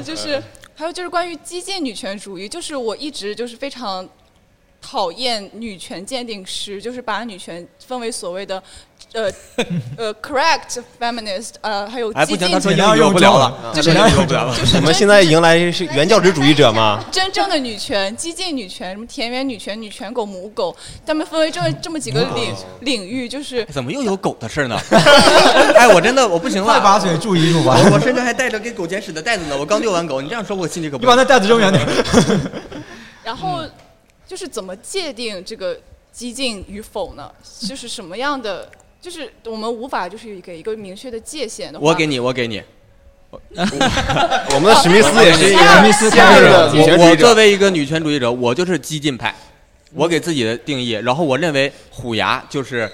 S8: 就是还有就是关于激进女权主义，就是我一直就是非常讨厌女权鉴定师，就是把女权分为所谓的呃 呃 correct feminist，呃还有
S6: 哎，
S8: 激
S6: 不
S8: 进
S6: 行，他说英
S3: 尽量
S6: 语用不了
S3: 用
S6: 了，他
S8: 就
S6: 说
S8: 是
S6: 英语用不了了。
S8: 就是
S5: 我们
S8: 真
S5: 现在迎来是原教旨主义者吗？
S8: 真正的女权、激进女权、什么田园女权、女权狗、母狗，他们分为这么这么几个领领域，就是
S6: 怎么又有狗的事儿 呢？哎，我真的我不行
S3: 快
S6: 了，
S3: 把嘴注意住吧，
S6: 我我身上还带着给狗捡屎的袋子呢。我刚遛完狗，你这样说我心里可不
S3: 你把那袋子扔远点。
S8: 然后
S1: 嗯
S8: 就是怎么界定这个激进与否呢？就是什么样的，就是我们无法就是给一个明确的界限的话。
S6: 我给你，我给你。
S5: 我们的史密斯也是一
S6: 哦
S8: 史密
S5: 个这样的女权
S6: 我
S5: 主
S6: 我
S5: 义
S6: 作
S5: 者，
S6: 为一个女权主义者，我就是激进派，我给自己的定义，然后我认为虎牙就是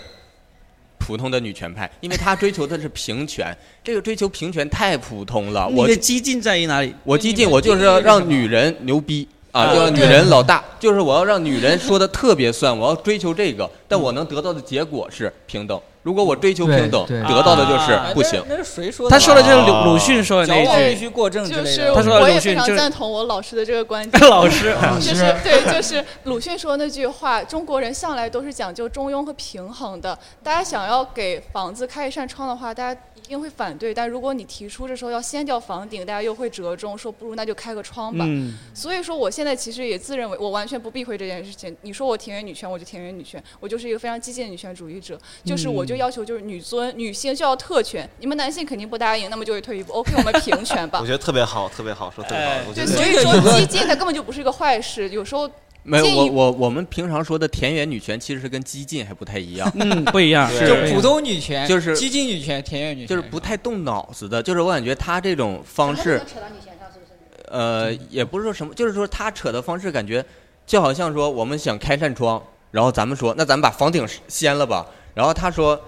S6: 普通的女权派，因为她追求的是平权，这个追求平权太普通了。
S1: 你
S6: 我
S1: 的激进在于哪里？
S6: 我激进，我就是要让女人牛逼啊，要让女人老大，就是我要让女人说的特别算，我要追求这个，但我能得到的结果是平等。如果我追求平等，
S3: 对对
S6: 得到的就是
S8: 啊
S6: 不行。
S10: 那是谁说的？
S1: 他说的就是
S5: 啊
S1: 鲁鲁迅说的
S10: 矫
S1: 那
S10: 枉
S1: 一
S10: 必
S1: 句。
S10: 须过正之
S8: 就
S10: 类
S8: 是
S10: 的。
S1: 他说到
S8: 我也
S1: 鲁迅
S8: 非常
S1: 就是，
S8: 赞同我老师的这个观 点
S1: 老师，
S8: 就是对，就是鲁迅说那句话，中国人向来都是讲究中庸和平衡的。大家想要给房子开一扇窗的话，大家一定会反对；但如果你提出这时候要掀掉房顶，大家又会折中，说不如那就开个窗吧。
S1: 嗯，
S8: 所以说，我现在其实也自认为我完全不避讳这件事情。你说我田园女权，我就田园女权，我就是一个非常激进的女权主义者，就是我就
S2: 嗯
S8: 要求就是女尊，女性就要特权，你们男性肯定不答应，那么就会退一步。OK，我们平权吧
S5: 我。觉得特别好，特别好，说特别好
S1: 哎，
S5: 我觉
S8: 对，
S5: 得
S8: 所以说激进它根本就不是一个坏事，有时候
S6: 没有，
S8: 建议
S6: 我我我们平常说的田园女权其实是跟激进还不太一样，
S1: 嗯，不一样，
S5: 是
S1: 不
S10: 就
S1: 一样
S10: 普通女权，
S6: 就是
S10: 激进女权、田园女权，
S6: 就是不太动脑子的，就是我感觉他这种方式，
S11: 扯到女权上是不是？
S6: 呃，也不是说什么，就是说他扯的方式感觉就好像说我们想开扇窗，然后咱们说那咱们把房顶掀了吧，然后他说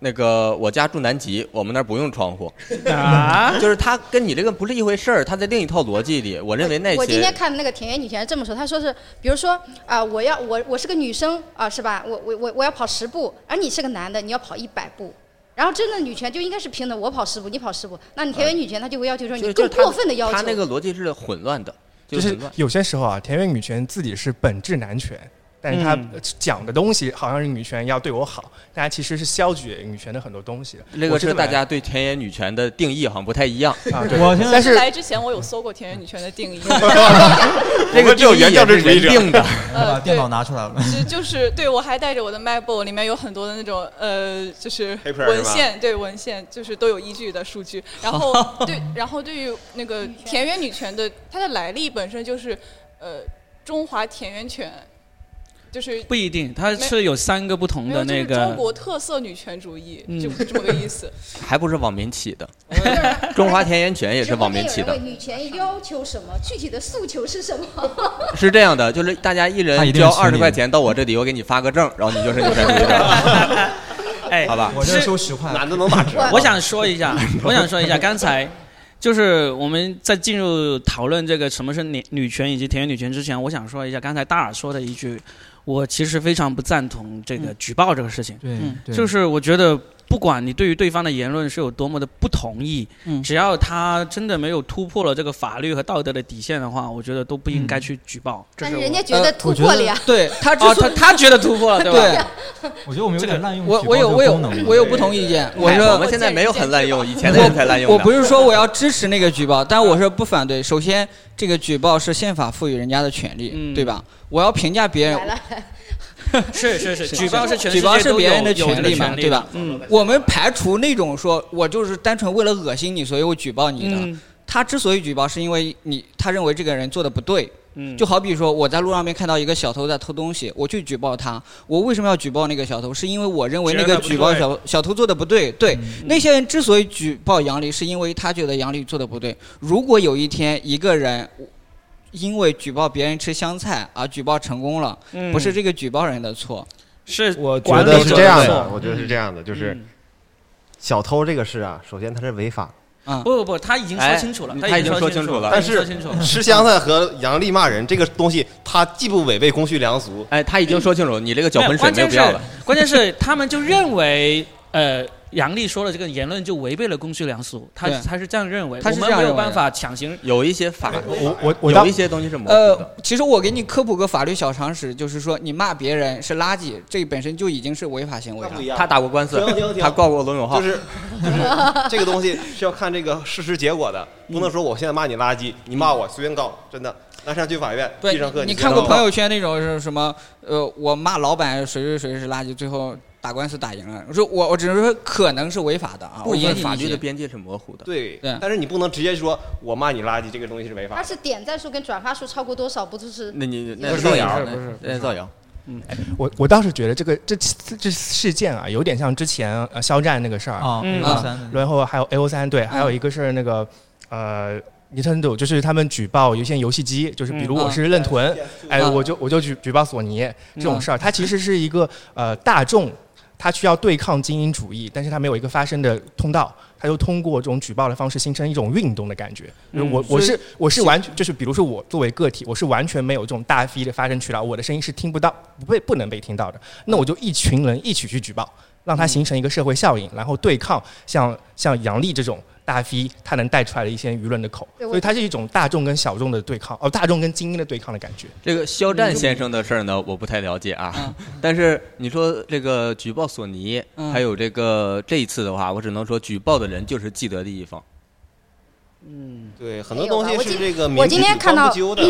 S6: 那个我家住南极，我们那儿不用窗 户，
S1: 啊，
S6: 就是他跟你这个不是一回事儿，他在另一套逻辑里，我认为那
S11: 我今
S6: 些
S11: 天看的那个田园女权这么说，她说是，比如说啊、我要我我是个女生啊、是吧？我我我我要跑十步，而你是个男的，你要跑一百步。然后真的女权就应该是平等，我跑十步，你跑十步。那你田园女权，她就会要求说
S6: 呃就
S11: 你
S6: 是就
S11: 更
S6: 是他
S11: 过分的要求。
S6: 他那个逻辑是混乱的，
S2: 就是是
S6: 混乱。
S2: 有些时候啊，田园女权自己是本质男权，但是他
S1: 嗯
S2: 讲的东西好像是女权要对我好，大家其实是消解女权的很多东西的。
S6: 这
S2: 我
S6: 个
S2: 觉
S6: 是
S2: 得
S6: 大家对田野女权的定义好像不太一 样，
S2: 啊，对，
S3: 我现在
S2: 但是
S8: 来之前我有搜过田园女权的 定义，
S6: 这个定义也是人定的。
S3: 把
S8: 呃，
S3: 电
S8: 对
S3: 脑，拿出来了。
S8: 就就是对我还带着我的 MacBook，里面有很多的那种呃，就是
S5: 黑片儿是
S8: 文
S5: 吧
S8: 献，对文献就是都有依据的数据。然后对，然后对于那个田园女权的它的来历本身就是呃中华田园犬，就是
S1: 不一定，它
S8: 没
S1: 是有三个不同
S8: 没
S1: 的
S8: 有就
S1: 那
S8: 是
S1: 个。
S8: 中国特色女权主义，
S1: 嗯
S8: 就这么个 意思。
S6: 还不是网民起的，中华田园犬也是网民起的。
S11: 女权要求什么？具体的诉求是什么？
S6: 是这样的，就是大家一
S3: 他一
S6: 人
S3: 定是
S6: 交
S3: 群
S6: 二十
S3: 里的
S6: 块钱到我这里，我给你发个证，然后你就是女权主义者，
S1: 哎，
S6: 好吧？
S3: 我这收十 块，
S5: 男的能打折吗？
S1: 我想说一下，我想说一下，刚才就是我们在进入讨论这个什么是女女权以及田园女权之前，我想说一下刚才大耳说的一句，我其实非常不赞同这个举报这个事情。
S3: 对
S10: 嗯，
S3: 对
S1: 就是我觉得，不管你对于对方的言论是有多么的不同意，
S10: 嗯
S1: 只要他真的没有突破了这个法律和道德的底线的话，我觉得都不应该去举报。这
S11: 嗯但
S1: 是
S11: 是
S1: 我
S11: 人家
S10: 呃
S11: 觉得突
S3: 我觉
S11: 破
S3: 得
S11: 了呀，
S10: 对他之
S1: 哦，
S10: 所
S1: 他
S10: 以
S1: 他觉得突破了，对吧？
S10: 对
S3: 我觉得我们有点滥用举
S10: 我
S3: 报
S10: 我有我
S3: 这个
S10: 有
S3: 功能了
S10: 我有不同意见，我
S6: 哎
S10: 是
S6: 我们现在没有很滥用，以前的
S10: 我
S6: 人才滥用
S10: 我
S6: 呢
S10: 不是 说我要支持那个举报，但我是不反对。首先，这个举报是宪法赋予人家的权利，
S1: 嗯
S10: 对吧？我要评价别人
S11: 来，了，
S1: 是是是，举报是全世
S10: 举报
S1: 界
S10: 是
S1: 都
S10: 别
S1: 有
S10: 人的
S1: 有这
S10: 权
S1: 个
S10: 利嘛
S1: 权利
S10: 对吧
S1: 的嗯
S10: 我们排除那种说我就是单纯为了恶心你，所以我举报你的。
S1: 嗯
S10: 他之所以举报，是因为你他认为这个人做的不对。
S1: 嗯，
S10: 就好比说，我在路上面看到一个小偷在偷东西，我去举报他。我为什么要举报那个小偷？是因为我认为那
S1: 觉
S10: 个
S1: 得不
S10: 举报
S1: 对嗯
S10: 小小偷做的不对。对，那些人之所以举报杨笠，是因为他觉得杨笠做的不对。如果有一天一个人因为举报别人吃香菜而举报成功了，
S1: 嗯
S10: 不是这个举报人的错。
S1: 是
S2: 我觉
S5: 我
S1: 管
S5: 觉
S1: 理
S5: 得
S1: 者
S5: 是这样
S1: 错
S5: 的，我觉得是这样的，就是
S1: 嗯
S5: 小偷这个事啊，首先它是违法，
S10: 啊
S1: 不不不，他已经说
S6: 哎
S1: 清楚了，
S6: 你
S1: 他
S6: 他已经
S1: 说
S6: 说
S1: 清
S6: 清楚
S1: 了，
S6: 了
S1: 他
S5: 但
S1: 已经说
S5: 是
S1: 清楚了。
S5: 吃香菜和杨丽骂人这个东西，它既不违背公序良俗，
S6: 哎，他已经说清楚，你这个搅
S1: 没
S6: 浑
S1: 有
S6: 水
S1: 关
S6: 没
S1: 键
S6: 有必
S1: 是
S6: 要了。
S1: 关键是他们就认为，呃，杨笠说了这个言论就违背了公序良俗，他
S10: 对
S1: 他是这样认为，
S10: 他是
S1: 我们
S10: 这样
S1: 没有
S10: 认为
S1: 办
S10: 的
S1: 法强行。
S6: 有一些法，
S2: 我我我
S6: 有
S2: 当
S6: 一些东西是模糊的。
S10: 呃，其实我给你科普个法律小常识，就是说你骂别人是垃圾，这本身就已经是违法行为了。
S5: 样
S6: 他打过官司
S5: 停停，停
S6: 他告过罗永浩
S5: 就，是 就是这个东西是要看这个事实结果的，不能说我现在骂你垃圾，你骂我随便告，真的，那上去法院
S10: 对
S5: 必胜客，，
S10: 你
S5: 先
S10: 看过
S5: 告
S10: 朋友圈那种是什么？呃，我骂老板谁谁谁是垃圾，最后打官司打赢了。我说我我只是说可能是违法的啊，
S6: 部
S10: 我
S6: 分
S10: 严谨
S6: 法
S10: 一
S6: 律
S10: 些
S6: 的边界是模糊的。
S5: 对
S10: 对，
S5: 但是你不能直接说我骂你垃圾，这个东西是违法
S11: 但
S5: 的。
S11: 是点赞数跟转发数超过多少，不就是
S6: 那你那
S11: 不
S6: 是
S11: 是
S6: 造
S2: 不
S6: 谣
S2: 是不是，
S6: 那是造谣。
S2: 我我倒是觉得这个这这这事件啊，有点像之前呃肖战那个事儿
S3: 啊，
S1: 嗯
S3: 六
S10: 啊
S3: 三的
S2: 然后还有 A O 三
S10: 嗯
S2: 对，还有一个是那个、呃 Nintendo，就是他们举报有一些游戏机，就是比如
S10: 嗯
S2: 我是任屯，哎，
S10: 嗯
S2: 我就我就举举报索尼这种事儿，它其实是一个呃大众。他需要对抗精英主义，但是他没有一个发声的通道，他就通过这种举报的方式形成一种运动的感觉。
S10: 嗯
S2: 就是我我是我是完全就是，比如说我作为个体，我是完全没有这种大 V 的发声渠道，我的声音是听不到、不被不能被听到的。那我就一群人一起去举报，让它形成一个社会效应，然后对抗像像杨笠这种大 V 他能带出来的一些舆论的口，
S11: 对我
S2: 所以它是一种大众跟小众的对抗，哦，大众跟精英的对抗的感觉。
S6: 这个肖战先生的事儿呢，我不太了解啊。 但是你说这个举报索尼，
S10: 嗯
S6: 还有这个这一次的话，我只能说举报的人就是既得利益方。
S5: 对，很多
S11: 没有
S5: 东
S11: 吧
S5: 西
S11: 我
S5: 是
S11: 今
S5: 这个民
S11: 我
S5: 主
S11: 今天
S5: 主
S11: 看
S5: 张不
S11: 到
S5: 究的。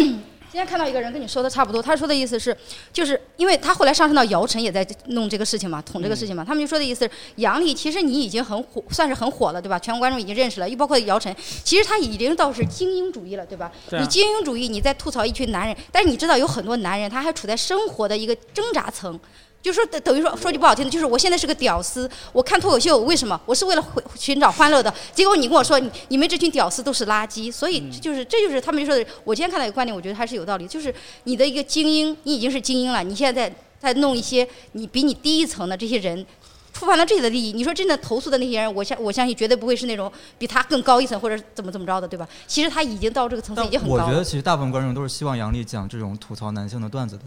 S11: 今天看到一个人跟你说的差不多，他说的意思是，就是因为他后来上升到姚晨也在弄这个事情嘛，捅这个事情嘛，他们就说的意思是，杨笠其实你已经很火，算是很火了，对吧？全国观众已经认识了，又包括姚晨，其实他已经到是精英主义了，对吧？
S1: 对啊
S11: 你精英主义，你在吐槽一群男人，但是你知道有很多男人他还处在生活的一个挣扎层。就是说等等于说说句不好听的，就是我现在是个屌丝，我看脱口秀为什么？我是为了回寻找欢乐的。结果你跟我说你你们这群屌丝都是垃圾，所
S3: 嗯
S11: 以这就是这就是他们说的。我今天看到一个观点，我觉得还是有道理，就是你的一个精英，你已经是精英了，你现在在在弄一些你比你低一层的这些人。触犯了这些的利益，你说真的投诉的那些人，我相我相信绝对不会是那种比他更高一层或者怎么怎么着的，对吧？其实他已经到这个层次
S3: 但
S11: 已经很
S3: 我
S11: 高
S3: 觉得
S11: 了。
S3: 其实大部分观众都是希望杨笠讲这种吐槽男性的段子的，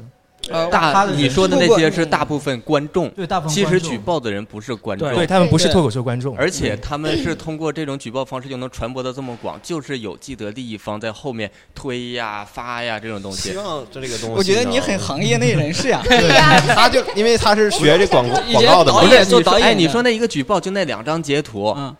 S10: 呃，
S6: 大
S3: 他的人
S6: 你说的
S3: 是
S6: 那
S3: 过
S6: 些是大部分观众，
S3: 对大部分
S6: 其实
S3: 观众
S6: 举报的人不是观众，
S2: 对他们不是脱口秀观众，
S6: 而且他们是通过这种举报方式就能传播的这么广，就是有既得利益方在后面推呀、发呀这种东
S5: 希
S6: 西。
S5: 望这个东西。
S10: 我觉
S6: 啊
S10: 得 你很行业内人士呀。啊
S11: 对呀，
S5: 他就因为他是学这广告
S10: 以
S5: 广
S10: 前
S5: 告的嘛
S10: 导
S6: 不
S10: 演
S6: 是
S10: 做
S6: 你说
S10: 导演
S6: 哎，你
S10: 的
S6: 说那一个举报就那两张截图，
S10: 嗯，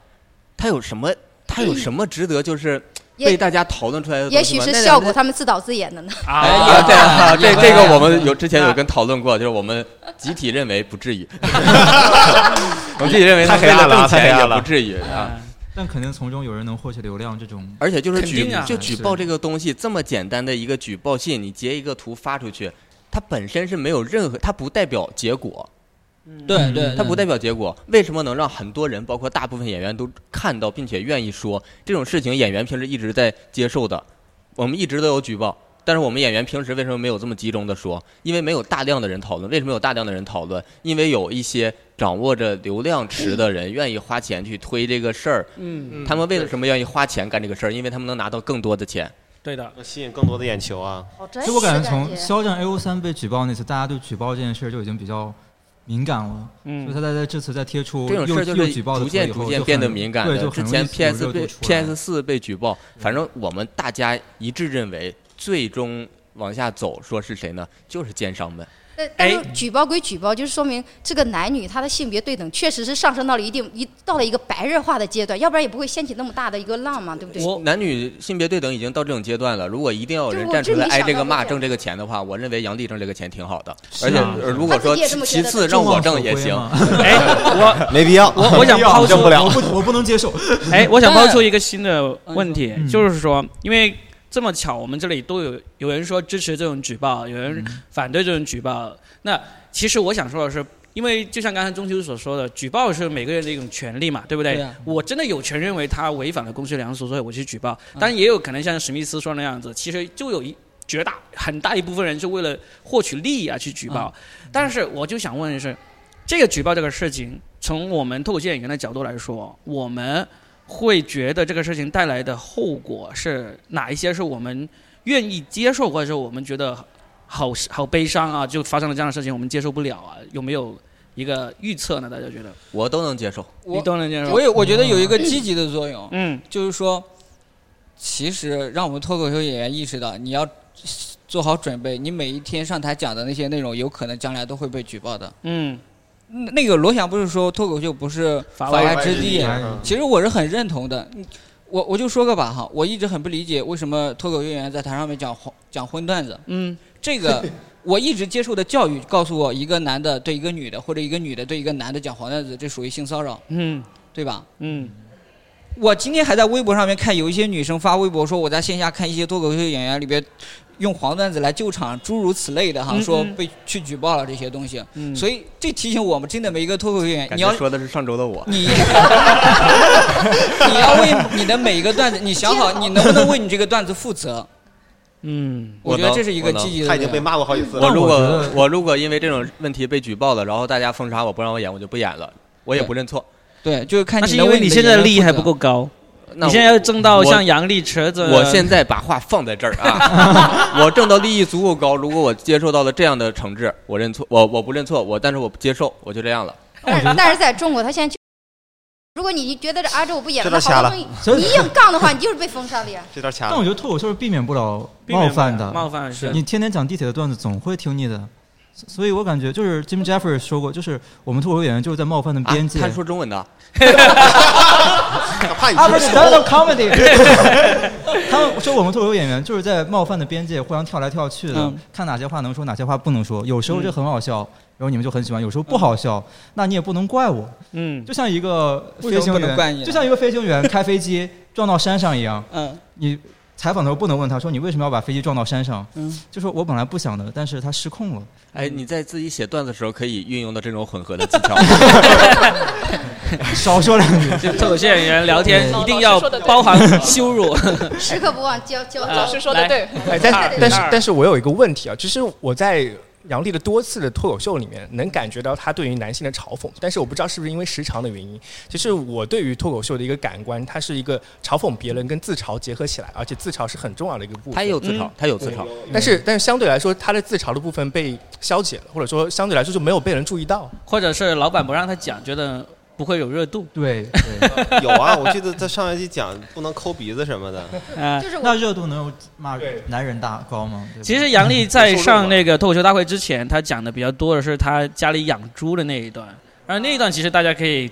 S6: 他有什么？他有什么值得就是
S11: 也
S6: 被大家讨论出来的东西吗？
S11: 也许是
S6: 那两
S11: 效果
S6: 张
S11: 他们自导自演的呢。
S6: 哎
S1: 啊，
S6: 呀，对啊，这这个我们有之前有
S1: 那
S6: 跟讨论过，就是我们集体认为不 至于， 我们集体认为他
S5: 太黑
S6: 为
S5: 暗了
S6: 挣
S5: 太黑
S6: 钱也
S5: 暗了
S6: 不至于啊。
S3: 但肯定从中有人能获取流量，这种
S6: 而且就是
S1: 肯
S6: 举
S1: 定啊
S6: 就举
S3: 是
S6: 报这个东西这么简单的一个举报信，你截一个图发出去，它本身是没有任何，它不代表结果，
S10: 对对，
S6: 它不代表结果。为什么能让很多人，包括大部分演员都看到并且愿意说这种事情？演员平时一直在接受的，我们一直都有举报。但是我们演员平时为什么没有这么集中的说？因为没有大量的人讨论。为什么有大量的人讨论？因为有一些掌握着流量池的人愿意花钱去推这个事儿。
S1: 嗯，
S6: 他们为了什么愿意花钱干这个事儿？因为他们能拿到更多的钱。
S1: 对的，
S5: 么吸引更多的眼球啊？
S11: 好专
S3: 其
S11: 业
S3: 实我哦哎感觉
S11: 的
S3: 从肖战 A O 三被举报那次，大家对举报这件事儿就已经比较敏感了，所以
S1: 嗯，
S3: 他在这次再贴出
S6: 这种事
S3: 又
S6: 儿就
S3: 又
S6: 是
S3: 举报的
S6: 逐
S3: 图
S6: 渐
S3: 以后
S6: 逐
S3: 就
S6: 渐
S3: 很
S6: 变得敏感
S3: 对，
S6: 的。
S3: 就
S6: 之
S3: 很容
S6: 前
S3: 易吸引
S6: PS
S3: 热度
S6: 被
S3: 出来
S6: PS 四被举报，反正我们大家一致认为，最终往下走，说是谁呢？就是奸商们。
S11: 但但是举报归举报，就是说明这个男女他的性别对等确实是上升到了一定一到了一个白热化的阶段，要不然也不会掀起那么大的一个浪嘛，对不对？
S1: 我
S6: 男女性别对等已经到这种阶段了，如果一定要有
S11: 就
S6: 人
S11: 我
S6: 站出
S11: 真
S6: 来
S11: 没
S6: 挨
S11: 想
S6: 这
S11: 到
S6: 个
S11: 过
S6: 骂
S11: 这
S6: 挣这个钱的话，我认为杨迪挣这个钱挺好的。
S3: 是
S6: 而且
S3: 啊
S6: 呃如果
S11: 他
S6: 说
S11: 自己也这
S6: 其
S11: 么觉
S6: 其
S11: 得
S6: 次
S11: 的
S6: 让
S3: 众
S6: 我
S3: 望
S6: 挣
S3: 所
S6: 也
S3: 归
S6: 行，
S3: 嘛
S1: 哎，我
S5: 没必要，
S1: 我我想抛出
S5: 挣不了
S3: 我。不我不能接受。
S1: 哎，我想抛出一个新的问题
S3: 嗯，
S1: 就是说，因为这么巧，我们这里都有有人说支持这种举报，有人反对这种举报。那其实我想说的是，因为就像刚才钟秋所说的，举报是每个人的一种权利嘛，对不对？
S10: 对啊
S1: 我真的有权认为他违反了公序良俗，所以我去举报。当然也有可能像史密斯说那样子，其实就有一。绝大很大一部分人是为了获取利益而去举报，但是我就想问的是，这个举报这个事情，从我们脱口秀演员的角度来说，我们会觉得这个事情带来的后果是哪一些是我们愿意接受，或者是我们觉得好好悲伤啊，就发生了这样的事情，我们接受不了啊？有没有一个预测呢？大家觉得
S6: 我都能接受。
S1: 你
S10: 我
S1: 都能接受
S10: 我？有我觉得有一
S6: 嗯
S10: 个积极的作用，
S1: 嗯，
S10: 就是说，其实让我们脱口秀演员意识到，你要做好准备，你每一天上台讲的那些内容，有可能将来都会被举报的。
S1: 嗯，
S10: 那那个罗翔不是说脱口秀不是
S1: 法
S10: 法
S1: 外
S10: 外
S1: 之
S10: 之地，
S3: 嗯
S10: 其实我是很认同的。嗯我我就说个吧哈，我一直很不理解为什么脱口秀演员在台上面讲黄讲荤段子。
S1: 嗯，
S10: 这个我一直接受的教育告诉我，一个男的对一个女的，或者一个女的对一个男的讲黄段子，这属于性骚扰，
S1: 嗯，
S10: 对吧？
S1: 嗯，
S10: 我今天还在微博上面看，有一些女生发微博说我在线下看一些脱口秀演员里边用黄段子来救场，诸如此类的哈，
S1: 嗯
S10: 说
S1: 嗯
S10: 被去举报了这些东西。
S1: 嗯，
S10: 所以这提醒我们，真的每一个脱口秀演员，
S6: 感
S10: 你要
S6: 觉说的是上周的我。
S10: 你， 你要为你的每一个段子，你想好你能不能为你这个段子负责？
S1: 嗯，
S10: 我
S6: 我
S10: 觉得
S6: 能
S10: 这是一
S6: 我
S10: 个
S6: 能
S10: 积极的
S5: 他
S10: 作
S5: 已经
S10: 用。
S5: 被骂过好几次
S6: 我
S5: 了。
S6: 如
S3: 我觉
S6: 果
S3: 得
S6: 我如果因为这种问题被举报了，然后大家封杀我不让我演，我就不演了，我也不认错。
S10: 对，就是看
S1: 那
S10: 你
S1: 是
S10: 能
S1: 因为
S10: 为你
S1: 现在
S10: 的
S1: 的利益
S10: 言
S1: 还
S10: 论
S1: 不
S10: 负责
S1: 够。高，
S6: 那
S1: 你现在要挣到
S6: 我
S1: 像杨丽、池子，
S6: 我现在把话放在这儿啊， 我挣到利益足够高，如果我接受到了这样的惩治，我认错，我我不认错，我但是我不接受，我就这样了。
S11: 但是但是在中国，他现在就如果你觉得这啊这我不演
S5: 这
S11: 了，那
S5: 都瞎
S11: 好
S5: 了
S11: 多东西
S3: 所以
S11: 你
S6: 嗯
S11: 硬杠的话，你就是被封杀了呀。
S5: 这段掐
S3: 但
S5: 了
S3: 我，觉得脱口秀是避免不了
S1: 避免
S3: 冒
S1: 不了
S3: 犯的，
S1: 冒犯是
S3: 你天天讲地铁的段子，总会听腻的。所所以我感觉就是 Jim Jeffers 说过，就是我们脱口秀演员就是在冒犯的
S6: 啊
S3: 嗯边界。
S6: 他说中文的，
S5: 他
S10: 哎
S5: 怕你
S3: 啊，不
S5: 听
S3: 是
S5: 不
S3: stand
S5: 懂
S3: up comedy，他们说我们脱口秀演员就是在冒犯的边界互相跳来跳去的，
S10: 嗯
S3: 看哪些话能说，哪些话不能说。有时候这很好笑，然后你们就很喜欢；有时候不好笑，那你也不能怪我。
S1: 嗯，
S3: 就像一个
S10: 为什
S3: 飞
S10: 么不
S3: 行
S10: 能怪你啊
S3: 员，
S10: 呢
S3: 就像一个飞行员开飞机撞到山上一样，
S10: 嗯
S3: 你采访的时候不能问他说你为什么要把飞机撞到山上，
S10: 嗯，
S3: 就说我本来不想的，但是他失控了。
S6: 哎，你在自己写段子的时候可以运用到这种混合的技巧。
S3: 少说两句，
S1: 就脱口秀演员聊天
S8: 老
S1: 一定要
S8: 老师说得对
S1: 包含羞辱。
S11: 时刻不忘教教
S1: 呃
S8: 老
S11: 教
S8: 师说的对，
S1: 来
S2: 哎，但
S1: 二
S2: 但是
S1: 二
S2: 但是我有一个问题啊，就是我在杨笠的多次的脱口秀里面，能感觉到他对于男性的嘲讽，但是我不知道是不是因为时长的原因。其实我对于脱口秀的一个感官，它是一个嘲讽别人跟自嘲结合起来，而且自嘲是很重要的一个部分。
S6: 他也有自嘲
S1: 嗯，
S6: 他有自嘲，
S2: 但是但是相对来说，他的自嘲的部分被消解了，或者说相对来说就没有被人注意到。
S1: 或者是老板不让他讲，觉得不会有热度。
S3: 对对，
S5: 有啊，我记得在上一期讲不能抠鼻子什么的，
S1: 啊。
S11: 就是
S3: 那
S11: 我
S3: 热度能有骂
S2: 对
S3: 男人大高吗？对吧
S1: 其实杨笠在上那个脱口秀大会之前，他讲的比较多的是他家里养猪的那一段，而那一段其实大家可以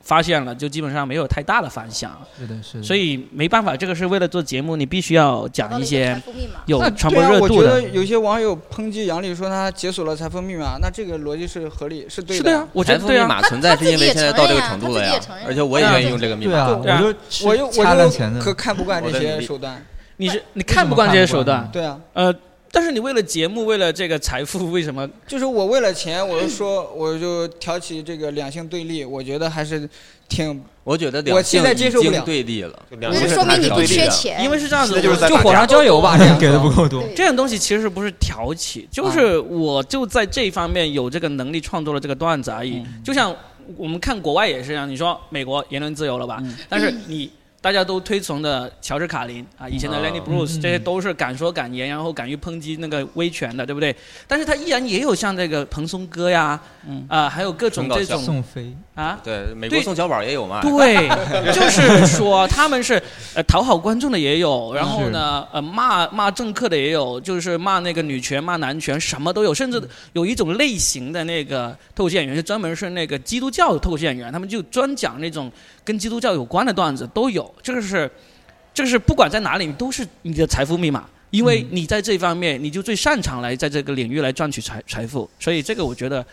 S1: 发现了，就基本上没有太大的反响，
S3: 是的，是的，
S1: 所以没办法，这个是为了做节目，你必须要讲一些
S11: 财富密码
S1: 有
S10: 那
S1: 传
S10: 对
S1: 播
S10: 啊
S1: 热
S10: 我
S1: 度
S10: 觉得
S1: 的。
S10: 有些网友抨击杨笠说他解锁了财富密码，那这个逻辑是合理，是对
S1: 是
S10: 的。
S1: 的呀，我觉
S6: 财
S1: 得
S6: 富
S1: 对
S6: 密
S1: 啊，
S6: 码存在是因为现在到这个程度了
S11: 他自己也
S6: 呀
S11: 承认啊，
S6: 而且我也愿意用这个密
S3: 对
S6: 码。
S3: 啊，
S1: 对啊
S3: 我就
S10: 我又
S3: 掐
S10: 我
S3: 烂
S10: 就
S3: 钱的
S10: 可看不惯这
S6: 我的
S10: 些
S6: 理
S10: 手段。
S1: 你是你看不惯这些手段，
S10: 对啊，
S1: 呃，但是你为了节目，为了这个财富， 为什么
S10: 就是我为了钱，我就说我就挑起这个两性对立，我觉得还是挺
S6: 我觉得
S10: 我
S6: 两
S10: 现
S6: 性
S10: 在
S6: 已
S10: 接受不了
S6: 经对立了，
S5: 就
S11: 那
S5: 两
S11: 就
S5: 个人
S11: 是说明你不
S5: 对立
S11: 缺
S5: 的，
S11: 钱，
S1: 因为是这样子，
S5: 那就是在
S10: 就
S5: 打
S10: 火
S5: 架
S10: 上浇油吧，这样
S3: 给的不够多。
S11: 对
S1: 这种东西其实不是挑起，就是我就在这一方面有这个能力创作了这个段子而已。就像我们看国外也是一样，你说美国言论自由了吧？
S10: 嗯
S1: 但是你大家都推崇的乔治卡林啊，以前的
S5: 嗯
S1: Lenny Bruce，、这些都是敢说敢言，然后敢于抨击那个威权的，对不对？但是他依然也有像这个蓬松哥呀，啊、
S10: 嗯
S1: 还有各种
S6: 很搞
S1: 这
S6: 笑
S1: 种
S3: 宋飞，
S1: 啊。
S6: 对，美
S1: 对
S6: 国宋小宝也有嘛，
S1: 对，就是说他们是呃讨好观众的也有，然后呢呃骂骂政客的也有，就是骂那个女权、骂男权，什么都有，甚至有一种类型的那个脱口秀演员是专门是那个基督教的脱口秀演员，他们就专讲那种跟基督教有关的段子都有，这个是这个是不管在哪里，你都是你的财富密码。因为你在这方面，你就最擅长来在这个领域来赚取财财富，所以这个我觉得，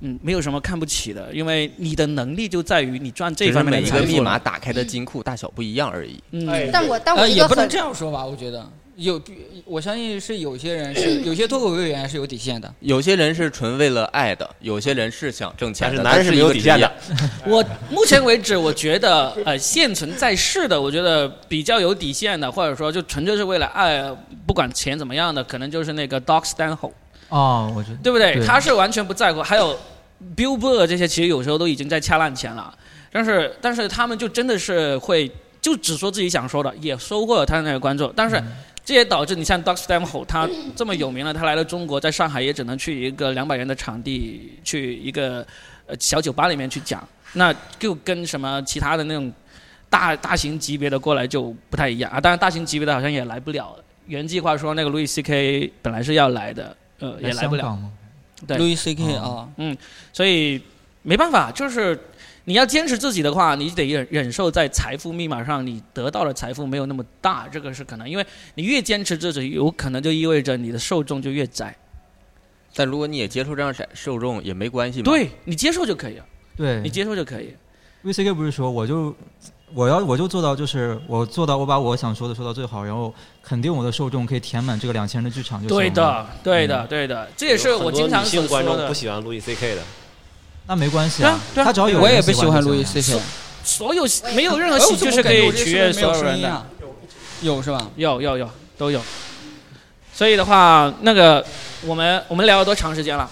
S1: 嗯，没有什么看不起的，因为你的能力就在于你赚这
S6: 只是
S1: 方面
S6: 每
S1: 的
S6: 一
S1: 财
S6: 个
S1: 富
S6: 密
S1: 了
S6: 码打开的金库大小不一样而已。
S1: 嗯，
S2: 哎
S11: 但我但我
S10: 呃，
S11: 一
S10: 也
S11: 个
S10: 不能
S11: 很
S10: 这样说吧，我觉得有，我相信是有些人 是有些脱口秀演员是有底线的。
S6: 有些人是纯为了爱的，有些人是想挣钱
S5: 但
S6: 的，
S5: 是男人
S6: 是
S5: 是没有底线的
S6: 一个职业。
S1: 我目前为止，我觉得呃，现存在世的，我觉得比较有底线的，或者说就纯粹是为了爱，不管钱怎么样的，可能就是那个 Doc Stanhope，
S3: 哦，我知
S1: 对不对？
S3: 对
S1: 他是完全不在乎，还有 Billboard 这些，其实有时候都已经在掐烂钱了，但是但是他们就真的是会就只说自己想说的，也收获了他的那个关注，但是。这也导致你像 Doc Stamho，他这么有名了，他来了中国，在上海也只能去一个两百人的场地，去一个呃小酒吧里面去讲，那就跟什么其他的那种大大型级别的过来就不太一样啊。当然，大型级别的好像也来不了。原计划说那个 Louis C.K. 本来是要来的，呃，也来不了。
S3: 吗？
S1: 对
S10: 路易 C K
S3: 哦
S10: 啊，
S1: 所以没办法，就是你要坚持自己的话，你得忍忍受在财富密码上你得到的财富没有那么大，这个是可能，因为你越坚持自己，有可能就意味着你的受众就越窄。
S6: 但如果你也接受这样的受众也没关系嘛。，
S1: 嗯对嗯你接受就可以了，
S3: 对
S1: 你接受就可以。啊
S3: ，VCK 不是说我就我要我就做到，就是我做到我把我想说的说到最好，然后肯定我的受众可以填满这个两千人的剧场就行。
S1: 对，的，对的，对的，这也是我经常
S5: 女
S1: 所说
S5: 性观众
S1: 的
S5: 不。喜欢路易 C K 的，
S3: 那没关系
S1: 对啊对啊
S3: 他哦只要有人
S10: 我也不喜欢
S3: 就
S10: 路易
S3: 行
S10: C K，
S1: 所有没有任
S10: 哎
S1: 何喜剧是可以取悦所有啊人的。。
S10: 啊有是吧？
S1: 有有有都有。所以的话，那个我们我们聊了多长时间了？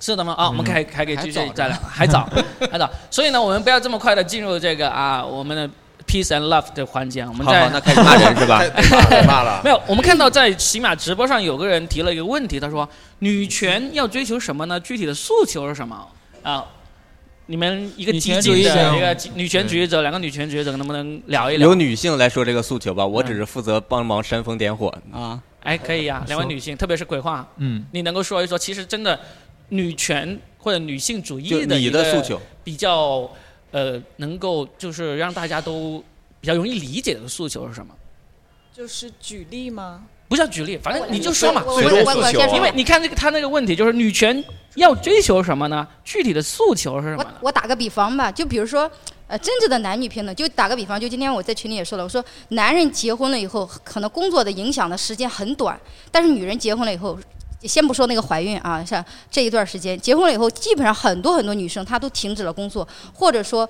S1: 是的吗？啊，我们还还可以继续
S10: 还早着
S1: 再聊，还早 还早。所以呢，我们不要这么快的进入这个啊我们的 peace and love 的环节，我们
S6: 好
S1: 再
S6: 好，那开始骂人是吧？
S5: 太骂了太骂了
S1: 没。有，我们看到在喜马直播上有个人提了一个问题，他说女权要追求什么呢？具体的诉求是什么啊？你们一个
S10: 女
S1: 激
S10: 权主
S1: 进
S10: 义
S1: 的
S10: 者嗯
S1: 一个激女权主义者，两个女权主义者能不能聊一聊
S6: 由？女性来说这个诉求吧，我只是负责帮忙煽风点火。
S10: 啊，
S1: 哎，可以呀、两位
S3: 说
S1: 女性，特别是鬼话，
S3: 嗯，
S1: 你能够说一说，其实真的女权或者女性主
S6: 就
S1: 义的
S6: 你
S1: 一
S6: 的
S1: 个
S6: 诉求，
S1: 比较呃，能够就是让大家都比较容易理解的诉求是什么？
S8: 就是举例吗？
S1: 不叫举例，反正你就说嘛。
S11: 我我
S5: 最终
S11: 我我
S5: 诉求
S11: 先说
S5: 啊
S1: 因为你看这个他那个问题，就是女权要追求什么呢？具体的诉求是什么
S11: 我
S1: 呢？
S11: 我打个比方吧，就比如说，呃，政治的男女平等，就打个比方，就今天我在群里也说了，我说男人结婚了以后，可能工作的影响的时间很短，但是女人结婚了以后。先不说那个怀孕啊，像这一段时间，结婚了以后，基本上很多很多女生她都停止了工作，或者说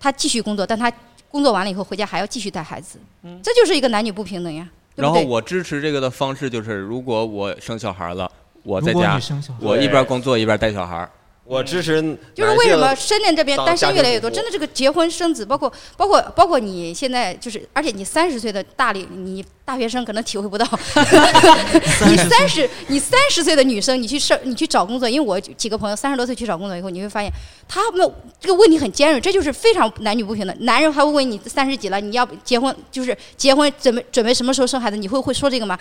S11: 她继续工作，但她工作完了以后回家还要继续带孩子，这就是一个男女不平等呀，对
S6: 然
S11: 不
S6: 后
S11: 对？
S6: 我支持这个的方式就是，如果我生小孩了，我在
S3: 如果
S6: 家
S3: 你，生小孩，
S6: 我一边工作一边带小孩儿。
S5: 我支持男性。
S11: 嗯就是为什么深圳这边
S5: 当
S11: 单身越来越多？
S5: 家庭主妇
S11: 真的，这个结婚生子，包括包括包括你现在就是，而且你三十岁的大龄，你大学生可能体会 不到。你三十，你三十岁的女生，你去上，你去找工作，因为我几个朋友三十多岁去找工作以后，你会发现他们这个问题很尖锐，这就是非常男女不平等。男人还会问你三十几了，你要不结婚，就是结婚准备准备什么时候生孩子，你会会说这个吗？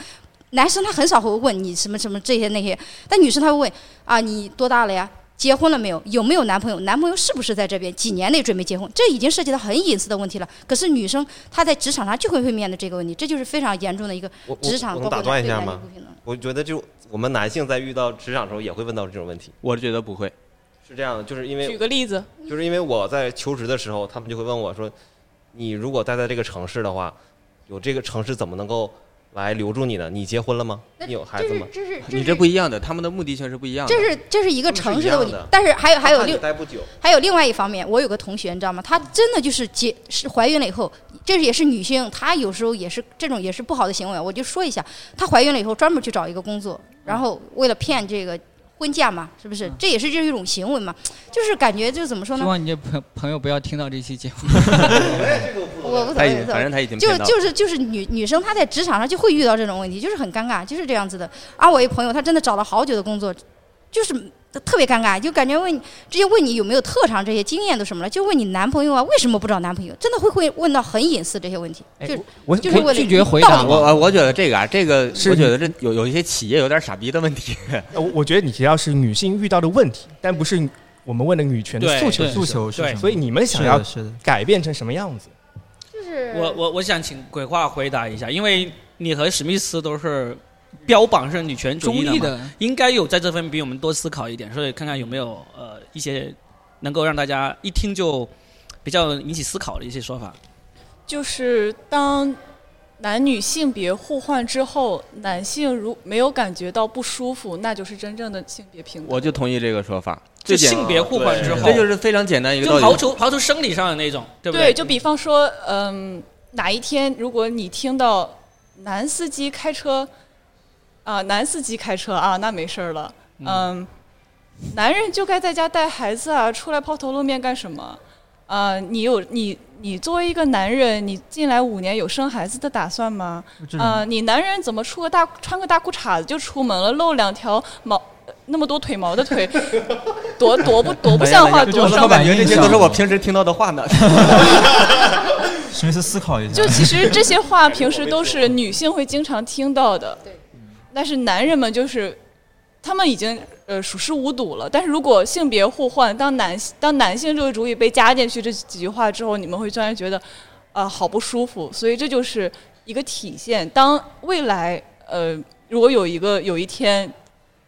S11: 男生他很少会问你什么什么这些那些，但女生她会问啊，你多大了呀？结婚了没有？有没有男朋友？男朋友是不是在这边？几年内准备结婚？这已经涉及到很隐私的问题了。可是女生她在职场上就会会面对这个问题，这就是非常严重的一个
S5: 我我
S11: 职场
S5: 我
S11: 包
S5: 能
S11: 括
S5: 打断一下
S11: 对男
S5: 吗
S11: 女？不平等。
S5: 我觉得就我们男性在遇到职场的时候也会问到这种问题，
S6: 我觉得不会，
S5: 是这样的，就是因
S8: 举
S5: 为
S8: 个例子，
S5: 就是因为我在求职的时候，他们就会问我说，你如果待在这个城市的话，有这个城市怎么能够来留住你呢？你结婚了吗？
S11: 那
S5: 你有孩
S11: 这
S5: 子
S11: 是
S5: 吗？
S11: 这是
S6: 你这不一样的，他们的目的性是不一样的
S11: 这。是这是一个
S5: 他们是
S11: 城市
S5: 一
S11: 的问
S5: 样
S11: 题
S5: 的，
S11: 但是还有还有
S5: 怕你
S11: 另
S5: 待不久，
S1: 嗯
S11: 还有另外一方面，我有个同学，你知道吗？她真的就是结是怀孕了以后，这也是女性，她有时候也是这种也是不好的行为。我就说一下，她怀孕了以后专门去找一个工作，然后为了骗这个婚假嘛，是不是？这也是这是一种行为嘛，就是感觉就是怎么
S10: 嗯
S11: 说
S10: 希
S11: 呢？
S10: 望你这朋朋友不要听到这期节目。
S11: 我不
S6: 他
S11: 懂，
S6: 已
S11: 不
S6: 经，哎
S11: 懂
S6: 反。正他已经
S11: 就
S6: 骗到了。
S11: 就是就是女女生她在职场上就会遇到这种问题，就是很尴尬，就是这样子的。而我一朋友，她真的找了好久的工作，就是特别尴尬，就感觉问你直接问你有没有特长，这些经验都什么了，就问你男朋友啊，为什么不找男朋友？真的会会问到很隐私这些问题，
S2: 哎
S11: 就
S2: 我
S11: 就是为
S2: 我
S11: 了
S10: 拒绝回答
S11: 道
S10: 嘛
S11: 理
S6: 我我我觉得这个啊，这个
S2: 是
S6: 我觉得这有有一些企业有点傻逼的问题。
S2: 我呃我觉得你提到是女性遇到的问题，但不是我们问的女权的
S1: 对
S2: 诉求
S1: 对
S2: 是什
S3: 诉
S2: 么。
S3: 求是
S1: 对
S3: 什么
S2: 所以你们
S3: 是
S2: 想要
S3: 的，是的，
S2: 改变成什么样子？
S11: 就是
S1: 我我我想请鬼话回答一下，因为你和史密斯都是标榜是女权主
S10: 中
S1: 义
S10: 立
S1: 嘛，
S10: 的，
S1: 应该有在这方面比我们多思考一点，所以看看有没有呃一些能够让大家一听就比较引起思考的一些说法。
S8: 就是当男女性别互换之后，男性如没有感觉到不舒服，那就是真正的性别平等。
S6: 我就同意这个说法，
S1: 就
S6: 最简
S1: 性别互换之后，
S6: 这就是非常简单一个
S1: 就
S6: 道理
S1: 刨。除刨除生理上的那种，对不
S8: 对，就比方说，嗯，哪一天如果你听到男司机开车，啊、男司机开车啊，那没事儿了，嗯，男人就该在家带孩子啊，出来抛头露面干什么？啊、你有你你作为一个男人，你近来五年有生孩子的打算吗？
S3: 这种
S8: 啊、
S1: 呃
S8: 你男人怎么出个大穿个大裤衩子就出门了，露两条毛呃那么多腿毛的 腿，多多不多不像话，
S3: 等一下
S8: 多
S3: 就
S8: 伤
S3: 刻板
S8: 感
S3: 印
S8: 人。
S3: 象
S6: 这都是我平时听到的话呢。
S3: 史密斯思考一下，
S8: 就其实这些话平时都是女性会经常听到 的，但是男人们就是他们已经呃熟视无睹了。但是如果性别互换，当男当男性这个主语被加进去这几句话之后，你们会突然觉得啊、好不舒服。所以这就是一个体现。当未来呃如果有一个有一天。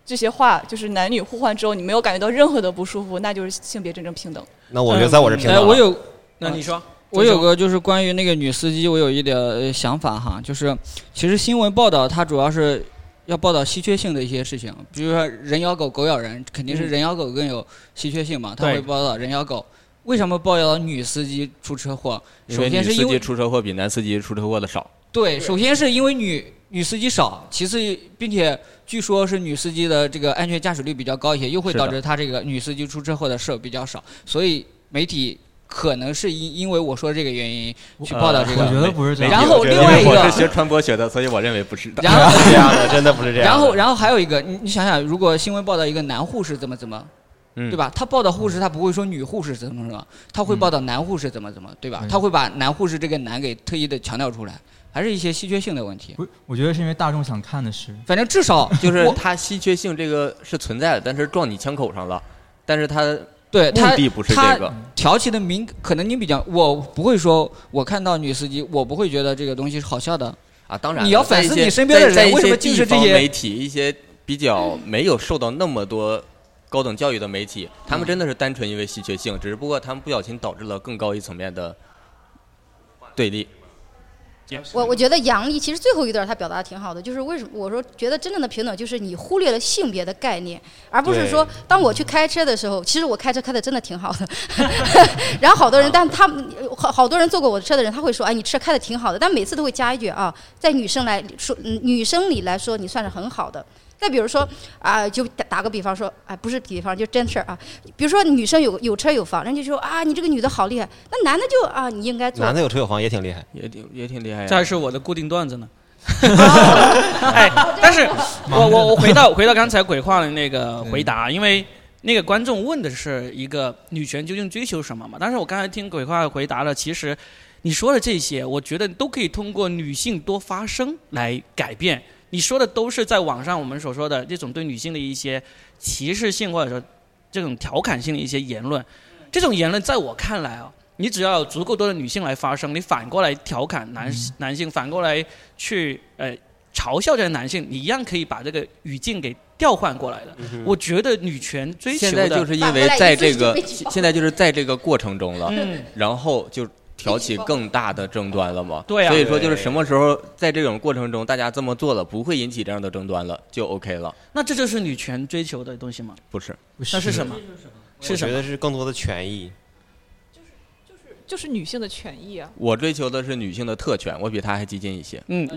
S8: 这些话就是男女互换之后，你没有感觉到任何的不舒服，那就是性别真正平等。
S5: 那我觉得在我这平
S10: 哎，
S5: 等了。
S10: 我有
S1: 那你说，
S10: 我有个就是关于那个女司机，我有一点呃想法哈，就是其实新闻报道它主要是要报道稀缺性的一些事情，比如说人咬狗，狗咬人，肯定
S6: 嗯
S10: 是人咬狗更有稀缺性嘛，它
S1: 对
S10: 会报道人咬狗。为什么报道女司机出车祸？
S6: 因
S10: 首
S6: 为女
S10: 先是
S6: 司
S10: 因
S6: 机
S10: 为
S6: 出车祸比男司机出车祸的少，
S10: 对，首先是因为女女司机少，其次并且据说是女司机的这个安全驾驶率比较高一些，又会
S6: 是的
S10: 导致她这个女司机出车祸的事儿比较少，所以媒体可能是因因为我说这个原因去报道这
S3: 我
S10: 个。
S3: 觉得不是这样。
S10: 然后
S6: 我觉得
S10: 另外一个
S6: 我是学传播学的，所以我认为不是的。
S10: 然后
S5: 这样的真的不是这样的。
S10: 然后，然后还有一个，你你想想，如果新闻报道一个男护士怎么怎么，
S6: 嗯
S10: 对吧？他报道护士，他不会说女护士怎么怎么，他会报道男护士怎么怎么，对吧？
S3: 嗯
S10: 他会把男护士这个男给特意的强调出来，还是一些稀缺性的问题。
S3: 不是，我觉得是因为大众想看的是，
S10: 反正至少
S6: 就是
S10: 我
S6: 它稀缺性这个是存在的，但是撞你枪口上了，但是它
S10: 对他
S6: 目的不是
S10: 他
S6: 这个。
S10: 挑起的敏，可能你比较，我不会说，我看到女司机，我不会觉得这个东西是好笑的。
S6: 啊，当然了
S10: 你要反思
S6: 在一些
S10: 你身边的人
S6: 在在一
S10: 为什么
S6: 些
S10: 竟
S6: 地
S10: 是这
S6: 方
S10: 些
S6: 媒体，一些比较没有受到那么多高等教育的媒体，他们真的是单纯因为稀缺
S10: 嗯
S6: 性，只不过他们不小心导致了更高一层面的对立。
S11: 我我觉得杨笠其实最后一段他表达的挺好的，就是为什么我说觉得真正的平等就是你忽略了性别的概念，而不是
S5: 对
S11: 说当我去开车的时候，其实我开车开的真的挺好的， 然后好多人，但他们好好多人坐过我的车的人，他会说，哎，你车开的挺好的，但每次都会加一句啊，在女生来说，嗯女生里来说你算是很好的。再比如说啊、就打打个比方说，哎、不是比方，就真事儿啊。比如说女生有有车有房，人家就说啊，你这个女的好厉害。那男的就啊，你应该做
S5: 男的有车有房也挺厉害，
S6: 也挺也挺厉害呀。
S1: 这还是我的固定段子呢。 哎，但是我我我回到回到刚才鬼话的那个回答，因为那个观众问的是一个女权究竟追求什么嘛？但是我刚才听鬼话回答了，其实你说的这些，我觉得都可以通过女性多发声来改变。你说的都是在网上我们所说的这种对女性的一些歧视性或者说这种调侃性的一些言论，这种言论在我看来啊，你只要有足够多的女性来发声，你反过来调侃男、男性，反过来去呃嘲笑这个男性，你一样可以把这个语境给调换过来
S5: 嗯
S1: 的。我觉得女权追求
S6: 现
S1: 的
S6: 在就是因为在这个现在就是在这个过程中了，
S1: 嗯，
S6: 然后就挑起更大的争端了嘛。
S1: 对啊
S6: 所以说就是什么时候在这种过程中大家这么做了，不会引起这样的争端了，就 OK 了。
S1: 那这就是女权追求的东西吗？
S6: 不是，
S1: 那是什么？是
S5: 我
S1: 什
S5: 觉
S1: 么？
S5: 得是更多的权益。
S8: 就是女性的权益啊。
S6: 我追求的是女性的特权，我比她还激进一些。
S1: 嗯，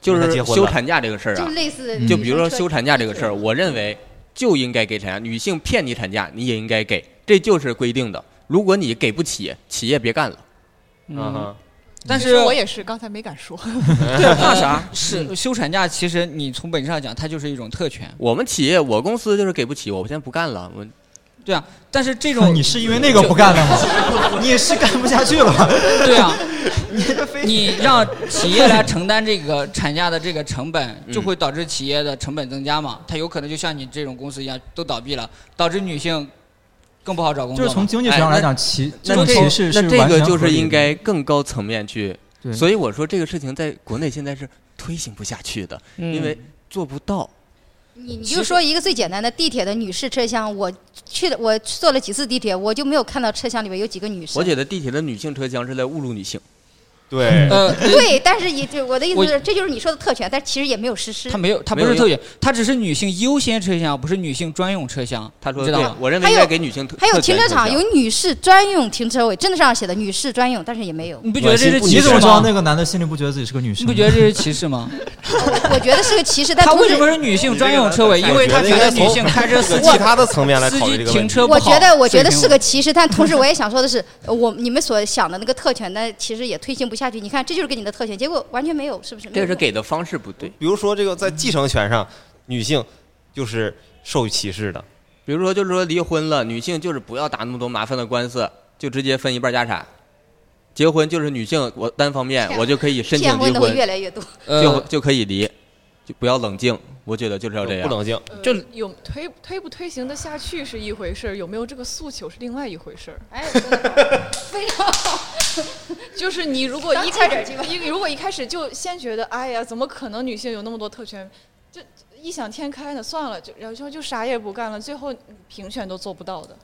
S6: 就
S5: 那她
S6: 是
S5: 结婚
S6: 休
S5: 了
S6: 产假这个事儿
S11: 就
S6: 啊，
S11: 类似的
S3: 嗯
S6: 就比如说休产假这个事儿，
S11: 嗯
S6: 我认为就应该给产假，女性骗你产假你也应该给，这就是规定的。如果你给不起，企业别干了。啊
S5: 嗯哼，
S10: 但
S8: 其
S10: 是嗯
S8: 实我也是，刚才没敢说。
S1: 对，怕啥？
S10: 是
S3: 嗯
S10: 休产假，其实你从本质上讲，它就是一种特权。
S6: 我们企业，我公司就是给不起，我现在不干了。我
S10: 对啊，但是这种
S3: 你是因为那个不干了吗？ 你也是干不下去了吧？
S10: 对啊，
S3: 你这非
S10: 你让企业来承担这个产假的这个成本，
S6: 嗯
S10: 就会导致企业的成本增加嘛。它有可能就像你这种公司一样都倒闭了，导致女性更不好找工
S3: 就
S10: 作
S3: 是
S10: 嘛。
S3: 从经济学上来讲，歧这
S6: 那
S3: 种歧
S6: 这
S3: 视是
S6: 那这
S3: 完
S6: 个
S3: 全
S6: 就是
S3: 合理的
S6: 应该更高层面去。
S3: 对
S6: 所以我说这个事情在国内现在是推行不下去的，
S1: 嗯
S6: 因为做不到。
S11: 你你就说一个最简单的地铁的女士车厢，我去了，我坐了几次地铁，我就没有看到车厢里面有几个女士
S6: 我。觉得地铁的女性车厢是在侮辱女性。
S5: 对，
S10: 呃，
S11: 对，但是也就我的意思
S10: 我
S11: 是，这就是你说的特权，但其实也没有实施
S10: 它。没有，它
S6: 没
S10: 不
S6: 有
S10: 是
S6: 用
S10: 特权，它只是女性优先车厢，不是女性专用车厢。
S6: 他说
S10: 知
S6: 对
S10: 道，
S6: 我认为
S11: 还
S6: 应
S11: 有
S6: 该给女性特
S11: 还有
S6: 特
S11: 停
S6: 权
S11: 车场
S6: 才
S11: 有
S6: 行
S11: 女士专用停车位，真的上写的女士专用，但是也没有。
S10: 你不觉得这是
S3: 你
S10: 歧
S3: 怎
S10: 视
S3: 么知道
S10: 吗？
S3: 那个男的心里不觉得自己是个女
S10: 你
S3: 生？
S10: 不觉得这是歧视吗？
S11: 我觉得是个 歧视，但
S10: 它
S11: 同
S10: 为
S11: 时
S10: 什么是女性专用车位？因为它觉得女性开车司机
S5: 其他的层面来
S10: 司
S5: 考虑这
S10: 机
S5: 个
S10: 停
S5: 问题。
S10: 车不
S11: 我
S10: 好。
S11: 觉得，我觉得
S10: 水平
S11: 是个歧视，但同时我也想说的是，呃我你们所想的那个特权呢，其实也推行不下去。你看，这就是给你的特权，结果完全没有，是不是？
S6: 这
S11: 没有
S6: 是给的方式不对。
S5: 比如说这个在继承权上，女性就是受歧视的。
S6: 比如说，就是说离婚了，女性就是不要打那么多麻烦的官司，就直接分一半家产。结婚就是女性我单方面
S11: 这，样
S6: 我就可以申请
S11: 骗
S6: 离
S11: 婚的会
S6: 婚，
S11: 越来越多。
S6: 就
S10: 呃，
S6: 就可以离，就不要冷静。我觉得就是要这
S5: 不
S6: 样。
S5: 冷静，
S8: 呃
S1: 就
S8: 有推推不推行的下去是一回事儿，有没有这个诉求是另外一回事儿。
S11: 哎，我说得好非常好。
S8: 就是你如果一
S11: 当
S8: 开
S11: 记
S8: 始
S11: 者去吧
S8: 一如果一开始就先觉得哎呀，怎么可能女性有那么多特权？这异想天开呢，算了，就然后就啥也不干了，最后评选都做不到的，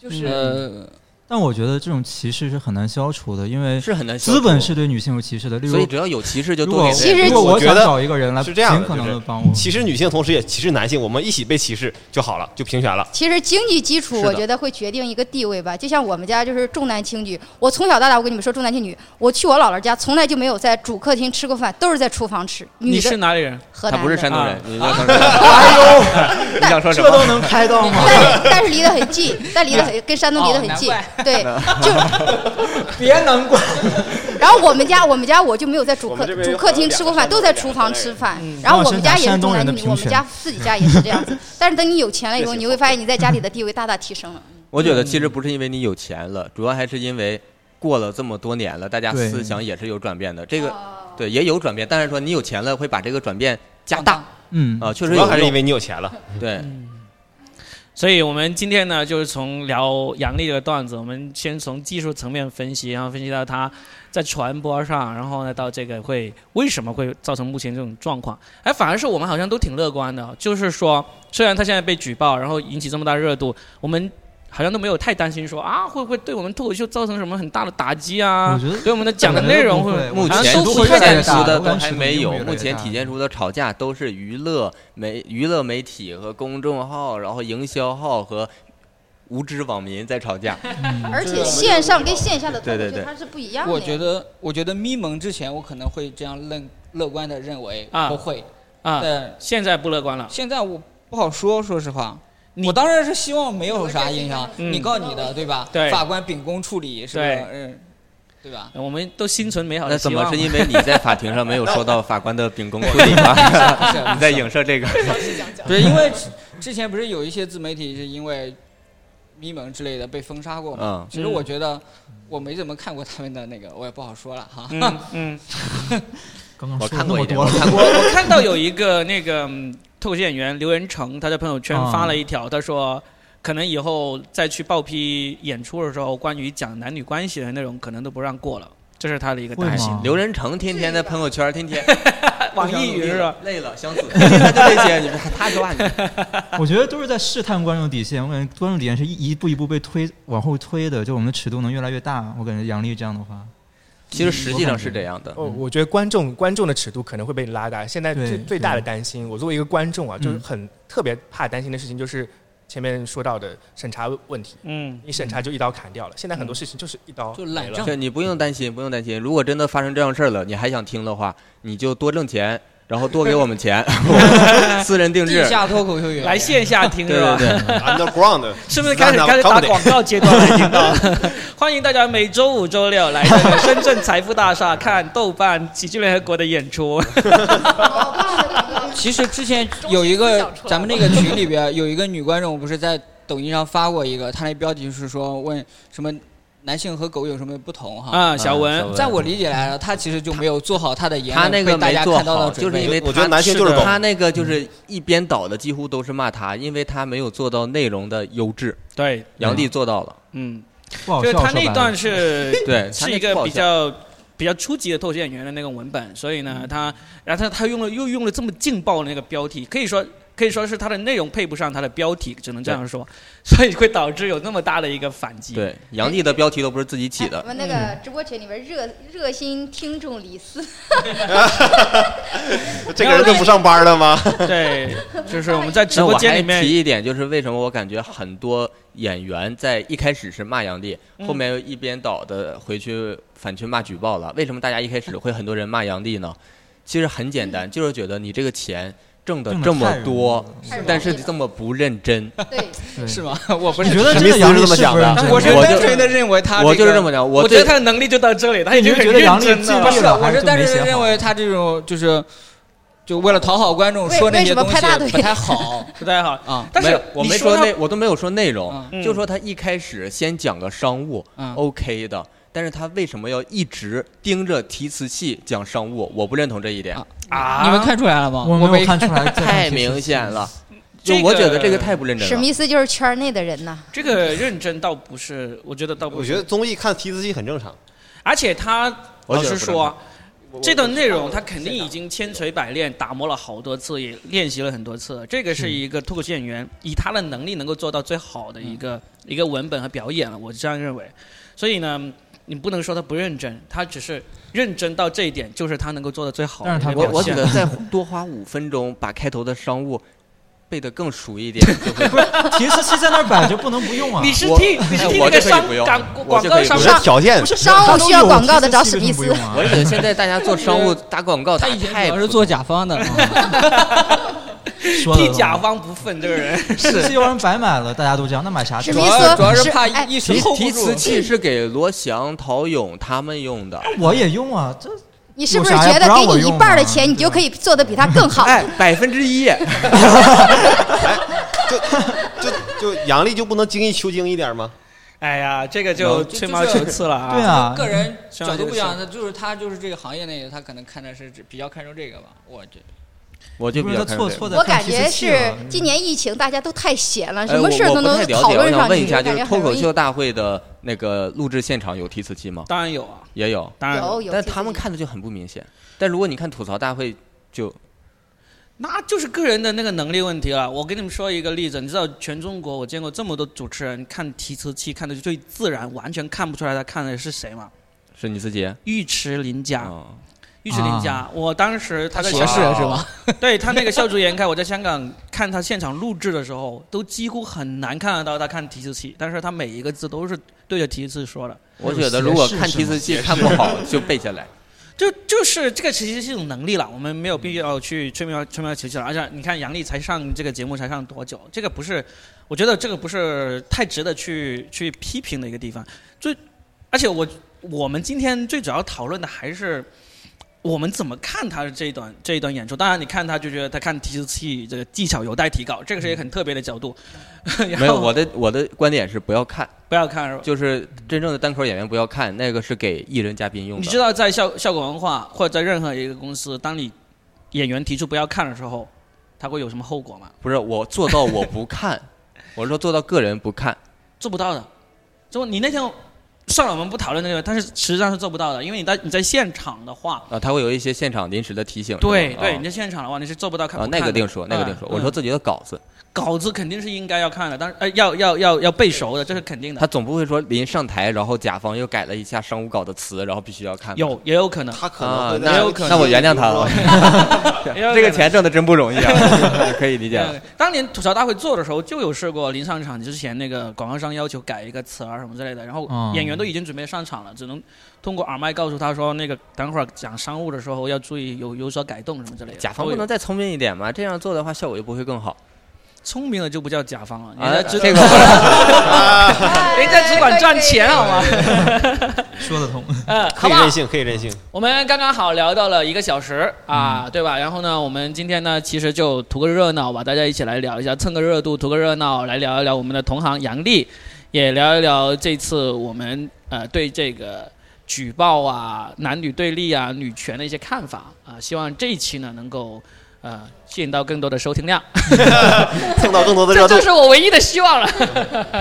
S8: 就是、
S10: 呃，
S3: 但我觉得这种歧视是很难消除的，因为
S6: 是很难消除。
S3: 资本是对女性有歧视的。例
S6: 所
S3: 如
S6: 以，只要有歧视就
S3: 如
S6: 多
S3: 果
S6: 给
S11: 其
S6: 谁。
S11: 实
S3: 如果
S5: 我
S3: 我
S5: 觉
S3: 想
S5: 得
S3: 找一个人来
S5: 是这样的
S3: 尽可能
S5: 就
S3: 的
S5: 是
S3: 帮我，
S5: 歧视女性，同时也歧视男性，我们一起被歧视就好了，就平权了。
S11: 其实经济基础，
S6: 是的
S11: 我觉得会决定一个地位吧。就像我们家就是重男轻女，我从小到大，我跟你们说重男轻女。我去我姥姥家，从来就没有在主客厅吃过饭，都是在厨房吃。
S1: 你
S11: 女
S1: 是
S11: 的，
S1: 哪里人？
S11: 河
S6: 他
S11: 南
S6: 不是
S11: 的，
S6: 山东人
S1: 啊，
S6: 你让他说。你想说什
S3: 这
S6: 么？
S3: 都能开到吗？
S11: 但是但是离得很近，但离得很跟山东离得
S10: 哦
S11: 很
S10: 难
S11: 近
S10: 怪，
S11: 对，就
S3: 别难怪，
S11: 然后我们家，我们家我就没有在主
S5: 我
S11: 客
S5: 们这边
S11: 主
S5: 有
S11: 客厅吃过饭，
S5: 两个
S11: 都在厨房吃饭。然后我们家也是重男轻女，我们家自己家也是这样子。但是等你有钱了以后，你会发现你在家里的地位大大提升了。
S6: 我觉得其实不是因为你有钱了，主要还是因为过了这么多年了，大家
S3: 对
S6: 思想也是有转变的。这个
S11: 哦
S6: 对也有转变，但是说你有钱了会把这个转变加大
S3: 嗯
S6: 啊，确
S5: 主
S6: 实
S5: 要
S6: 有
S5: 还是因
S6: 用。
S5: 为你有钱了。
S6: 对，
S1: 所以我们今天呢，就是从聊杨笠这个段子，我们先从技术层面分析，然后分析到它在传播上，然后呢到这个会为什么会造成目前这种状况。哎，反而是我们好像都挺乐观的，就是说虽然它现在被举报，然后引起这么大热度，我们。好像都没有太担心说啊，会不会对我们脱口秀造成什么很大的打击啊
S3: 我觉得？
S1: 对我们的讲的内容
S3: 不会
S1: 会，
S6: 目
S3: 我
S1: 好
S3: 觉
S1: 像都
S6: 前
S3: 得都
S1: 不
S3: 会
S1: 太担
S3: 越来越
S6: 体
S1: 心
S3: 大
S6: 出。的
S3: 我
S6: 都
S3: 感觉
S6: 还
S3: 尺度
S6: 没有
S3: 越来，越
S6: 目前
S3: 大
S6: 体现出的吵架都是娱乐媒娱乐媒体和公众号，然后营销号和无知网民在吵架。
S11: 而且线上跟线下的脱口
S6: 对对对
S11: 秀它是不一样的呀。
S10: 我觉得，我觉得咪蒙之前，我可能会这样乐乐观的认为
S1: 啊
S10: 不会，
S1: 啊，
S10: 但
S1: 现在不乐观了。
S10: 现在我不好说，说实话。
S1: 你
S10: 我当然是希望没有啥影响，
S1: 嗯
S10: 你告你的，对吧？
S1: 对
S10: 法官秉公处理，是吧？
S1: 对
S10: 嗯，对吧？
S1: 我们都心存美好
S6: 那
S1: 的
S6: 怎
S1: 希
S6: 么
S1: 望
S6: 是。因为你在法庭上没有受到法官的秉公处理吗？
S10: 啊
S6: 你在影射这个？
S10: 不是因为之之前不是有一些自媒体是因为咪蒙之类的被封杀过吗？
S6: 嗯，
S10: 其实我觉得我没怎么看过他们的那个，我也不好说了哈。
S1: 嗯嗯，
S3: 刚刚
S6: 我
S3: 说
S6: 看
S3: 了那
S6: 过
S3: 么
S6: 哦一点，
S3: 多
S6: 我
S3: 了，
S6: 看 过。
S1: 我我看到有一个那个嗯脱口秀演员刘仁成，他在朋友圈
S3: 啊
S1: 发了一条，他说。可能以后再去报批演出的时候，关于讲男女关系的内容，可能都不让过了。这是他的一个
S3: 会
S1: 担心。
S3: 吗？
S6: 刘仁成天天在朋友圈，天 天
S1: 网易云是吧？
S6: 累了想死，天天他就这些，你们还他说话，你
S3: 我觉得都是在试探观众底线，我感觉观众底线是一一步一步被推往后推的，就我们的尺度能越来越大。我感觉杨笠这样的话，
S6: 其实实际上是这样的。
S2: 哦，我觉得观众观众的尺度可能会被拉大。现在
S3: 对
S2: 最最大的担心，我作为一个观众啊，就是
S3: 嗯
S2: 很特别怕担心的事情，就是前面说到的审查问题。
S1: 嗯，
S2: 你审查就一刀砍掉了，现在很
S3: 嗯
S2: 多事情就是一刀
S10: 就懒
S2: 没了
S10: 政
S6: 这你不用担心，不用担心。如果真的发生这样事儿了，你还想听的话，你就多挣钱，然后多给我们钱， 私人定制
S10: 地。下脱口秀演员
S1: 来线下听
S6: 对
S1: 是吧
S6: 对？
S5: 嗯
S6: 对，
S5: ，underground，
S1: 是不是开始开始打广告阶段了？听到，欢迎大家每周五、周六来这个深圳财富大厦看豆瓣喜剧联合国的演 出。
S10: 其实之前有一个
S4: 中心思想出来了
S10: 咱们那个群里边有一个女观众，不是在抖音上发过一个，她那标题是说问什么男性和狗有什么不同哈。
S1: 啊，小文，
S10: 在我理解来了，她其实就没有做好她的言
S6: 他
S10: 论
S6: 那
S10: 被
S6: 个
S10: 大
S6: 没
S10: 家
S6: 做
S10: 看到
S6: 好，
S10: 的
S6: 就
S10: 准
S6: 是因
S10: 备。
S6: 为
S5: 我觉得
S6: 他
S5: 男性就是懂
S6: 他那个就是一边倒的，几乎都是骂他，因为他没有做到内容的优质。
S1: 对，
S6: 杨笠做到了，
S1: 嗯，
S3: 不好
S1: 就是
S3: 笑。
S1: 他
S3: 说白
S1: 那
S3: 了
S1: 段是
S6: 对，
S1: 是
S6: 他那
S1: 一个
S6: 不好
S1: 比
S6: 笑嗯
S1: 较比较初级的脱口秀演员的那个文本，所以呢，他然后他他用了又用了这么劲爆的那个标题，可以说可以说是他的内容配不上他的标题，只能这样说，所以会导致有那么大的一个反击。，
S6: 对，杨笠的标题都不是自己起
S11: 哎
S6: 的
S11: 我，们那个直播群里边热热心听众李 四，
S5: 这个人都不上班了吗？
S1: 对，就是我们在直
S6: 那我
S1: 播间
S6: 还
S1: 里面
S6: 提一点，就是为什么我感觉很多演员在一开始是骂杨笠，
S1: 嗯
S6: 后面又一边倒的回去反去骂举报了。为什么大家一开始会很多人骂杨笠呢？其实很简单，就是觉得你这个钱挣的
S3: 挣得
S6: 这么
S3: 太容易
S6: 多
S3: 了，
S11: 太容易
S6: 但是
S11: 了
S6: 你这么不认 真，
S11: 对，
S3: 对
S10: 是吗？我不
S3: 你
S10: 是，
S3: 觉得
S5: 史
S3: 这
S5: 密
S3: 个
S5: 斯
S3: 杨
S5: 是
S3: 笠
S5: 这么
S3: 是
S5: 想
S3: 不
S5: 的
S3: 认真？
S10: 我是
S6: 我就
S10: 单纯的认为他
S6: 我就是这
S10: 个
S6: 么讲。
S1: 我
S6: 我
S1: 觉
S6: 对
S1: 得他的能力就到这里，他已经很
S3: 你就觉得
S1: 认
S3: 杨笠
S1: 真
S3: 尽
S1: 了
S3: 力。
S10: 不是，
S3: 了
S10: 我
S3: 还
S10: 是
S3: 是
S10: 单
S3: 没
S10: 纯
S3: 写
S10: 地认
S3: 好
S10: 为他这种就是就为了讨好观众
S11: 为
S10: 说那
S11: 为
S10: 些
S11: 什么
S10: 东
S11: 拍
S10: 西
S11: 大腿
S10: 不太好
S1: 不太好。
S10: 啊。
S1: 但
S6: 没
S1: 是
S6: 有我
S1: 你
S6: 没
S1: 说
S6: 说
S1: 他
S6: 内，我都没有说内容，
S1: 嗯
S6: 就说他一开始先讲个商务、
S10: 嗯
S6: o k 的，但是他为什么要一直盯着提词器讲商务？我不认同这一点，
S10: 啊
S1: 啊，
S10: 你们看出来了吗？
S3: 我没
S10: 没
S3: 有看出来，
S6: 太明显了。就我觉得这个太不认真
S11: 史
S6: 了。
S11: 密斯就是圈内的人呐。
S1: 这个认真倒不是，我觉得倒不
S5: 我
S1: 是。
S5: 觉得综艺看提词器很正常，
S1: 而且他
S6: 我
S1: 老
S6: 觉得
S1: 实
S6: 不
S1: 说
S6: 正，
S1: 这段内容他肯定已经千锤百炼，打磨了好多次，也练习了很多次。这个是一个脱口秀演员以他的能力能够做到最好
S6: 嗯
S1: 的一个一个文本和表演了，我这样认为。所以呢，你不能说他不认真，他只是认真到这一点，就是他能够做的最好的
S3: 但是他
S1: 一个
S6: 我
S1: 表
S6: 我
S1: 现
S6: 觉得再多花五分钟把开头的商务背得更熟一点，就会。
S3: 提示器在那儿摆着，不能不用啊。
S1: 你是
S6: 我
S1: 替你是
S6: 哎
S1: 替
S6: 我
S1: 那个
S6: 这可以
S1: 商
S6: 不用
S1: 广
S6: 我
S1: 广
S6: 这
S1: 告
S6: 可以
S1: 商
S6: 不
S5: 我
S6: 用
S5: 觉
S1: 上
S5: 得条件
S3: 不是
S11: 商务需要广告的找史密斯
S3: 他都有提示器为什么不用啊
S6: 我就觉得现在大家做商务打广告
S10: 他
S6: 打
S10: 以前
S6: 太
S10: 主要
S6: 不
S10: 是做甲方的，啊
S3: 说的啊
S1: 替
S3: 都
S1: 甲方不忿这个人。
S3: 提示器要人白买了，大家都这样，那买啥？
S11: 史
S10: 主
S11: 密斯
S10: 要主要是怕
S11: 哎
S10: 一时
S6: 提
S10: hold
S6: 提
S10: 不
S6: 词
S10: 住。
S6: 器是给罗翔、陶勇他们用的。
S3: 我也用啊，这
S11: 你是不是觉得给你一半的钱，你就可以做的比他更好？
S6: 啊 哎，百分之一，
S5: 就就杨笠就不能精益求精一点吗？
S1: 哎呀，这个就
S6: 嗯
S1: 吹毛求疵了啊！
S3: 对啊，
S10: 个人角度不一样，他就是他就是这个行业内的，他可能看的是只比较看重这个吧。我觉得
S6: 我就
S3: 不
S6: 比
S3: 是
S6: 较
S3: 他
S6: 看
S3: 错
S6: 这个
S3: 错在
S11: 我
S3: 看
S11: 感
S3: 提示
S11: 觉
S3: 器
S11: 是
S3: 了
S11: 今年疫情大家都太闲了，
S6: 哎
S11: 啊什么事儿都
S6: 我我不
S11: 能
S6: 太了
S11: 讨
S6: 解，我
S11: 论
S6: 想
S11: 上
S6: 问
S11: 去，
S6: 一下，就
S11: 感
S6: 是
S11: 觉
S6: 脱
S11: 很
S6: 口
S11: 容易
S6: 秀。大会的那个录制现场有提词器吗？
S1: 当然有啊，
S6: 也有，
S1: 当然
S11: 有有，
S6: 但他们看的就很不明显。但如果你看吐槽大会，就
S1: 那就是个人的那个能力问题了。我跟你们说一个例子，你知道全中国我见过这么多主持人看提词器看的最自然，完全看不出来他看的是谁嘛？
S6: 是你自己啊
S1: 尉迟琳佳，
S6: 哦
S1: 尉迟琳佳，我当时他在
S10: 啊学士是吧？
S1: 对他那个笑逐颜开，我在香港看他现场录制的时候，都几乎很难看得到他看提词器，但是他每一个字都是对着提词器说的。
S6: 我觉得如果看提词器看不好就背下来，
S1: 就就是这个其实是一种能力了，我们没有必要去吹毛吹毛求疵了。而且你看杨笠才上这个节目才上多久，这个不是，我觉得这个不是太值得去去批评的一个地方。最，而且我我们今天最主要讨论的还是我们怎么看他这一段这一段演出。当然，你看他就觉得他看提词器这个技巧有待提高，这个是一个很特别的角度。 然
S6: 没有，
S1: 后
S6: 我的我的观点是不要看，
S1: 不要看是吧？
S6: 就是真正的单口演员不要看，那个是给艺人嘉宾用
S1: 你
S6: 的。
S1: 知道，在效效果文化或者在任何一个公司，当你演员提出不要看的时候，他会有什么后果吗？
S6: 不是我做到我不看， 我说做到个人不看，
S1: 做不到的。就你那天算了，我们不讨论那个，但是实际上是做不到的，因为你在你在现场的话，
S6: 啊，他会有一些现场临时的提醒。
S1: 对
S6: 是吧
S1: 对，
S6: 啊
S1: 你在现场的话你是做不到看
S6: 啊
S1: 不，看
S6: 那
S1: 的
S6: 个另说，那个另说。
S1: 嗯
S6: 我说
S1: 嗯
S6: 自己的稿子，
S1: 稿子肯定是应该要看的，但是呃要要要要背熟的，这是肯定
S6: 他
S1: 的。
S6: 总不会说临上台，然后甲方又改了一下商务稿的词，然后必须要看吧。
S1: 有也有可能，
S5: 他可能
S6: 啊
S5: 会，
S1: 也
S5: 在
S1: 有可能
S6: 那我原 谅他了。
S1: 也有
S6: 这
S1: 可
S6: 个
S1: 能
S6: 钱挣的真不容易 啊，可以理解了。
S1: 对，当年吐槽大会做的时候，就有试过临上场之前，那个广告商要求改一个词儿什么之类的，然后
S6: 哦
S3: 嗯
S1: 演员都已经准备上场了，只能通过耳麦告诉他说，那个等会儿讲商务的时候要注意有有所改动什么之类的。
S6: 甲方
S1: 都
S6: 不
S1: 有
S6: 能再聪明一点吗？这样做的话，效果就不会更好。
S1: 聪明的就不叫甲方了，
S6: 啊，
S1: 人家只
S6: 这个我
S1: 人
S11: 哎
S1: 家只管赚钱好吗？
S3: 说得通。
S1: 嗯，好
S5: 可以
S1: 不好
S5: 任？性，可以任性。
S1: 我们刚刚好聊到了一个小时啊，对吧？然后呢，我们今天呢，其实就图个热闹吧，大家一起来聊一下，蹭个热度，图个热闹，来聊一聊我们的同行杨笠，也聊一聊这次我们呃对这个举报啊、男女对立啊、女权的一些看法啊。希望这一期呢能够呃吸引到更多的收听量，
S5: 蹭到更多的热
S1: 这
S5: 度
S1: 就。是我唯一的希望了。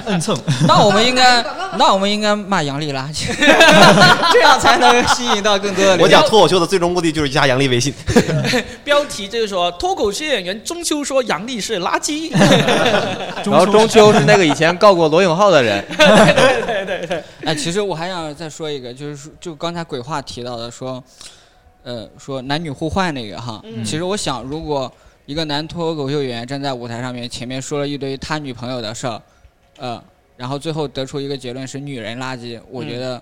S3: 摁蹭，
S10: 那我们应 该，那我们应该骂杨丽拉， 这样才能吸引到更多的。
S5: 我讲，脱口秀的最终目的就是加杨笠微信，
S1: 标题就是说，脱口秀演员中秋说杨笠是垃圾。
S6: 然后中秋是那个以前告过罗永浩的 人，
S10: 哎，其实我还想再说一个，就是说就刚才鬼话提到的说，呃，说男女互换那个哈，其实我想，如果一个男脱口秀演员站在舞台上面，前面说了一堆他女朋友的事儿，呃，然后最后得出一个结论是女人垃圾，我觉得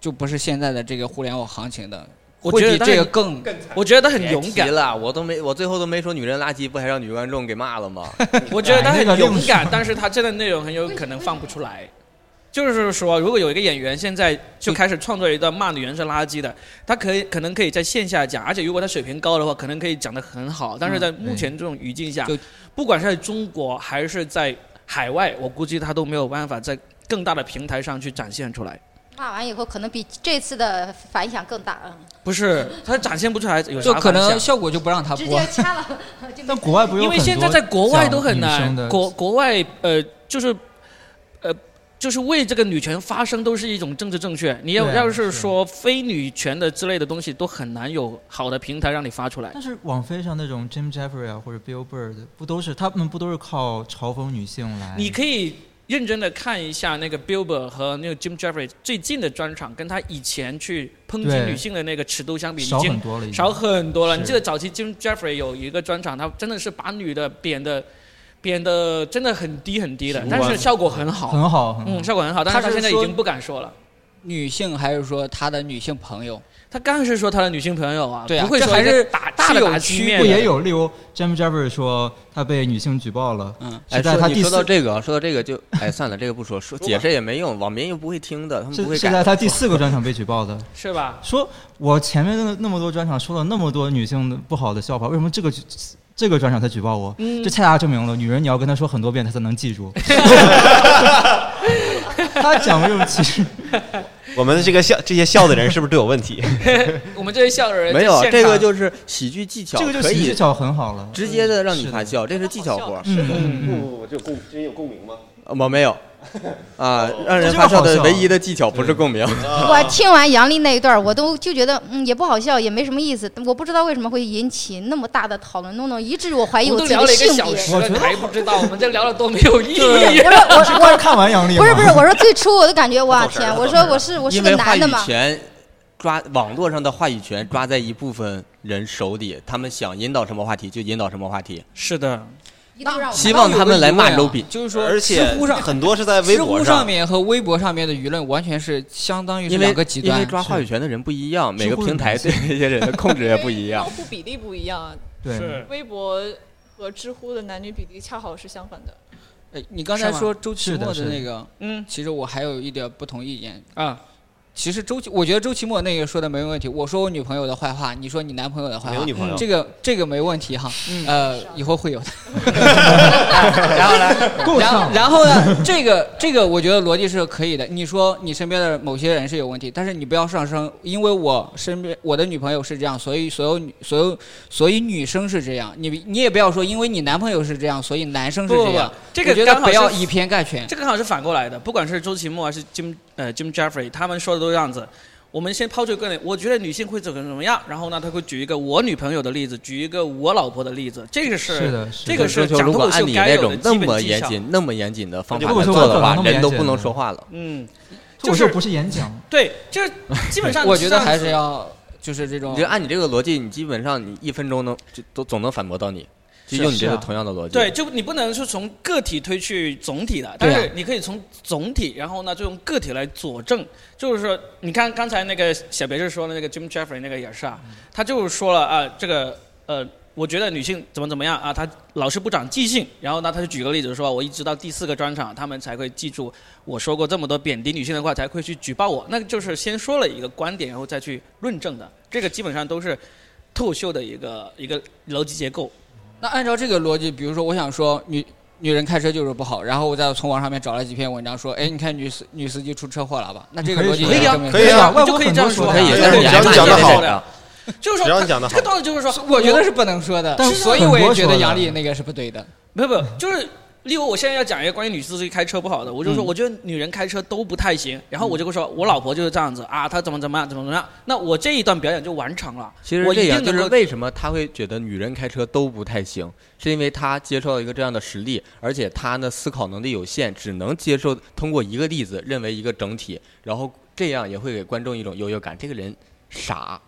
S10: 就不是现在的这个互联网行情的，
S1: 我觉
S10: 会
S1: 得
S10: 比
S1: 他
S10: 这个
S1: 很，
S10: 更
S1: 我觉得他很勇敢
S6: 别提。了。我都没，我最后都没说女人垃圾，不还让女观众给骂了吗？
S1: 我觉得他
S3: 哎那
S1: 很
S3: 个
S1: 勇
S3: 另
S1: 敢，但是他真的内容很有可能放不出来。就是说，如果有一个演员现在就开始创作一段骂女人是垃圾的，他可以可能可以在线下讲，而且如果他水平高的话，可能可以讲得很好。但是在目前这种语境下
S10: 就，
S1: 不管是在中国还是在海外，我估计他都没有办法在更大的平台上去展现出来。
S11: 骂完以后，可能比这次的反响更大，嗯，
S1: 不是，他展现不出来，有啥
S10: 就可
S1: 反
S10: 能
S1: 响
S10: 效果就不让他
S11: 直
S10: 播
S11: 接。掐了。就
S3: 但国外不是有
S1: 因为现在
S3: 很
S1: 在
S3: 多
S1: 国外都很
S3: 讲女
S1: 难
S3: 生，的
S1: 国国外呃就是呃就是为这个女权发声都是一种政治正确。你要、
S3: 对啊
S1: 要是
S3: 是
S1: 说非女权的之类的东西，都很难有好的平台让你发出来。
S3: 但是网飞上那种 Jim Jeffrey 啊或者 Bill Bird 不都是他们不都是靠嘲讽女性来？
S1: 你可以认真的看一下那个 Billboard 和那个 Jim Jeffrey 最近的专场，跟他以前去抨击
S3: 对
S1: 女性的那个尺度相比，已
S3: 少
S1: 经
S3: 很多了已经，
S1: 少很多了。
S3: 是
S1: 你记得早期 Jim Jeffrey 有一个专场，他真的是把女的贬的贬的真的很低很低的，但是效果很好，
S3: 啊很好，很好
S1: 嗯，效果很好，但是他
S10: 他是
S1: 现在已
S10: 说
S1: 经不敢说了。
S10: 女性还是说他的女性朋友？
S1: 他刚开始说他的女性朋友啊，
S10: 对啊
S1: 不会
S10: 这
S1: 说
S10: 还
S1: 一个
S10: 是
S1: 打
S10: 是
S1: 大的
S10: 有
S1: 打
S10: 区
S1: 击
S3: 不
S1: 面
S3: 也
S1: 的。
S3: 有，例如 Jim Jeffrey 说他被女性举报了，
S10: 嗯，
S6: 哎，
S3: 是在
S6: 说
S3: 他
S6: 你
S3: 第
S6: 说到
S3: 四
S6: 这个，说到这个就，哎，算了，这个不 说，说解释也没用，网民又不会听的，他们不
S3: 是
S6: 会
S3: 是在
S6: 改。
S3: 他第四个专场被举报的。
S1: 是吧？
S3: 说我前面那那么多专场说了那么多女性的不好的笑话，为什么这个举这个专场才举报我？
S1: 嗯
S3: 这恰恰证明了女人你要跟她说很多遍，她才能记 住。 他讲过这种歧视，
S5: 我们这个笑这些笑的人是不是都有问题？
S1: 我们这些笑的人
S6: 没有，
S1: 在现
S6: 这
S1: 场
S6: 个就是喜剧技巧，
S3: 这个就
S6: 可
S3: 是技
S6: 以
S3: 巧很好了。
S6: 直接的让你
S3: 是的
S6: 发笑，这是技巧活儿。
S3: 嗯 嗯
S5: 不
S3: 嗯，
S5: 不不，这共真有共鸣吗？
S6: 我没 有，啊，让人
S3: 哦这就
S6: 发笑
S3: 好
S6: 的
S3: 笑啊
S6: 唯一的技巧不是共鸣。
S5: 呃
S1: 哦
S11: 我听完杨笠那一段儿，我都就觉得，嗯，也不好笑，也没什么意思。我不知道为什么会引起那么大的讨论，弄得以致我怀疑
S1: 我们
S11: 我
S1: 都聊
S11: 自己的
S1: 了一个
S11: 性
S1: 小
S11: 别。
S1: 时了，你还不知道我们这聊了多没有意
S11: 不
S1: 义
S11: 是。 我
S3: 是刚看完杨笠吗？
S11: 不是不是，我说最初我就感觉哇天，我说我是我是
S6: 因
S11: 个
S6: 为话
S11: 男
S6: 语
S11: 的嘛，
S6: 权抓网络上的话语权抓在一部分人手里，他们想引导什么话题就引导什么话题。
S1: 是的，
S11: 一度让我
S6: 希望他们来骂
S10: 周
S6: 周笔
S10: 就是说，
S5: 而且
S10: 知乎上
S5: 很多是在微
S10: 知
S5: 博
S10: 乎面和微博上面的舆论完全是相当于是
S6: 因为
S10: 两个极
S6: 因为
S10: 端。
S6: 抓话语权的人不一样，每个
S3: 知乎
S6: 平台对这些人的控制也不一样
S8: 用。户比例不一样，
S3: 对，
S1: 是
S8: 微博和知乎的男女比例恰好是相反的。
S10: 哎你刚才
S1: 是吗
S10: 说周奇
S3: 是的
S10: 墨
S3: 是
S10: 的
S3: 的
S10: 那个，
S1: 嗯
S10: 其实我还有一点不同意见。
S1: 啊，
S10: 其实周奇，我觉得周奇墨那个说的没问题。我说我女朋友的坏话，你说你男朋友的坏
S5: 没
S10: 话
S5: 有女，朋友，
S10: 这个这个没问题哈。
S1: 嗯
S10: 呃，以后会有的。然后呢？
S3: 够
S10: 然
S3: 呛
S10: 后，，然后呢？这个这个，我觉得逻辑是可以的。你说你身边的某些人是有问题，但是你不要上升，因为我身边我的女朋友是这样，所以所有女所有所以女生是这样。你你也不要说，因为你男朋友是这样，所以男生是
S1: 不不
S10: 这
S1: 不
S10: 样。，
S1: 这
S10: 我
S1: 个
S10: 觉
S1: 刚
S10: 得
S1: 好
S10: 不要
S1: 是
S10: 以偏概全。
S1: 这个好像是反过来的，不管是周奇墨还是 Jim 呃 Jim Jeffrey，他们说的都是这样子。我们先抛出一个，我觉得女性会怎么怎么样，然后呢，他会举一个我女朋友的例子，举一个我老婆的例子，这个是
S3: 是的，是
S1: 这
S3: 的
S1: 个是
S6: 就
S1: 讲
S6: 如果
S1: 脱口
S6: 按
S1: 秀
S6: 你
S1: 该
S6: 那
S1: 有
S6: 种
S1: 的
S6: 那
S1: 基
S6: 么
S1: 本技
S6: 严
S1: 巧。
S6: 谨、那么严谨的方法
S5: 那就
S6: 来
S5: 不
S6: 做的
S3: 说
S6: 话，
S3: 了
S6: 人都不
S3: 那么
S6: 能
S3: 严谨
S6: 说话了。
S1: 嗯，
S3: 脱口
S1: 就是
S3: 秀不是演讲，
S1: 对，就是基本上
S10: 我觉得还
S1: 是
S10: 是要就是这
S1: 嗯
S10: 种
S6: 你就按你这个逻辑，你基本上你一分钟能就都总能反驳到你，就是用你这
S3: 是
S6: 个
S3: 啊
S6: 同样的逻辑。
S1: 对，，就你不能是从个体推去总体的，但
S10: 对啊
S1: 是你可以从总体，然后呢，就用个体来佐证。就是说，你看刚才那个小别是说的那个 Jim Jeffrey 那个也是啊，他就是说了啊，这个呃，我觉得女性怎么怎么样啊，她老是不长记性。然后呢，他就举个例子说，我一直到第四个专场，他们才会记住我说过这么多贬低女性的话，才会去举报我。那就是先说了一个观点，然后再去论证的。这个基本上都是脱口秀的一个一个逻辑结构。
S10: 那按照这个逻辑，比如说我想说女女人开车就是不好，然后我再从网上面找了几篇文章说，哎，你看女司女司机出车祸了吧？那这个
S3: 可以
S10: 逻辑
S3: 可
S10: 也
S3: 以
S10: 是
S1: 啊
S10: 正面的
S5: 可以啊
S3: 啊，外
S1: 就
S3: 国
S1: 可以
S3: 很
S1: 这样
S3: 多
S1: 说啊
S3: 说法，
S6: 可以，
S5: 对
S6: 但
S5: 只
S6: 是你
S5: 要
S6: 还
S5: 你
S6: 骂
S5: 讲得
S6: 这
S5: 好
S6: 个人啊
S1: 就是说，
S5: 只要你讲得
S1: 这
S5: 好
S1: 个道理就是说，
S10: 我觉得是不能说的，
S3: 但
S10: 所以
S3: 很
S10: 我也
S3: 多
S10: 觉得
S3: 说的
S10: 杨笠那个是不对的。
S1: 没有没有，就是例如我现在要讲一个关于女司机开车不好的，我就说我觉得女人开车都不太行，然后我就会说我老婆就是这样子啊，她怎么怎么样怎么怎么样，那我这一段表演就完成了。
S6: 其实
S1: 我
S6: 这
S1: 一
S6: 样
S1: 定
S6: 就
S1: 能
S6: 是
S1: 够
S6: 为什么他会觉得女人开车都不太行，是因为他接受到一个这样的实例，而且他呢思考能力有限，只能接受通过一个例子认为一个整体，然后这样也会给观众一种优越感。这个人傻，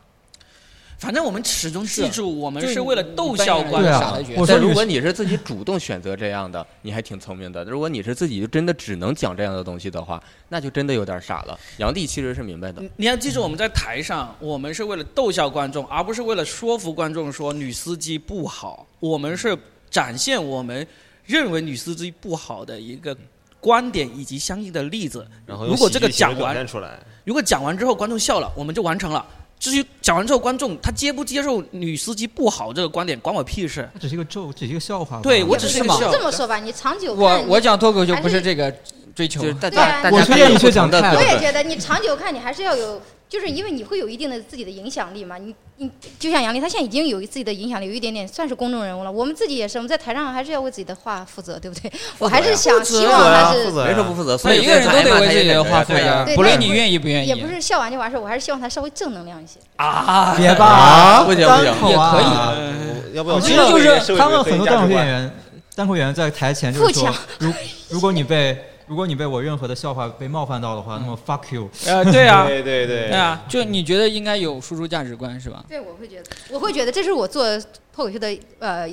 S1: 反正我们始终记
S10: 是
S1: 住，我们
S10: 就是
S1: 为了
S10: 一
S1: 逗
S10: 般
S1: 笑
S10: 人
S1: 观
S3: 对
S1: 众。
S3: 啊
S10: 傻的角
S3: 我
S10: 色
S3: 说
S6: 但如
S3: 女
S6: 果你是自己主动选择这样的，你还挺聪明的；如果你是自己就真的只能讲这样的东西的话，那就真的有点傻了。杨帝其实是明白的，
S1: 你你要记住，我们在台上，我们是为了逗笑观众，而不是为了说服观众说女司机不好。我们是展现我们认为女司机不好的一个观点以及相应的例子。
S5: 然后
S1: 如果这个讲
S5: 表
S1: 完，
S5: 现出来，
S1: 如果讲完之后观众笑了，我们就完成了。至于讲完之后观众他接不接受女司机不好这个观点，管我屁事。
S3: 它只是一个咒，只是一个笑话吧。
S1: 对我只是一个
S10: 是吗
S1: 笑
S11: 这么说吧，你长久
S10: 我
S11: 看，
S10: 我讲脱口秀
S11: 还
S10: 不
S11: 是
S10: 是这个追求
S6: 就，是大
S11: 对
S6: 家
S11: 啊
S6: 大
S3: 我
S6: 家
S3: 推
S6: 可以
S3: 荐
S6: 有
S3: 你
S6: 不
S3: 去
S6: 同
S3: 讲
S6: 的
S3: 泰
S6: 标
S11: 我也
S6: 准。
S11: 觉得你长久看，你还是要有，就是因为你会有一定的自己的影响力嘛。你你就像杨笠，他现在已经有自己的影响力，有一点点算是公众人物了。我们自己也是，我们在台上还是要为自己的话负责，对不对？我还是想希
S5: 负
S11: 望
S5: 责呀
S11: 他
S5: 负
S11: 是，
S5: 责呀
S6: 没说不负责，所以
S10: 每个人
S6: 这
S10: 都
S6: 次挨
S10: 得
S6: 骂
S10: 为
S6: 他
S10: 自
S6: 也
S10: 己
S6: 忍
S10: 的
S6: 着
S10: 话
S6: 呀
S10: 负
S6: 对呀
S10: 责，
S11: 对
S10: 不论
S11: 但
S10: 你
S11: 是
S10: 愿意不愿意。
S11: 也不是笑完就完事儿，我还是希望他稍微正能量一些。
S1: 啊，
S3: 别吧，
S6: 不行不
S3: 单
S6: 行
S3: 口
S10: 也可以
S3: 啊
S5: 啊我要不要我
S3: 我觉
S5: 们社
S3: 得就
S5: 会人？
S3: 是他们很多单
S5: 单
S3: 口演员，单口演员在台前就是说，如如果你被如果你被我任何的笑话被冒犯到的话，那么 fuck you。
S1: 呃，对啊，
S5: 对对 对
S1: 对，啊，
S10: 就你觉得应该有输出价值观是吧？
S11: 对，我会觉得，我会觉得这是我做脱口秀的呃，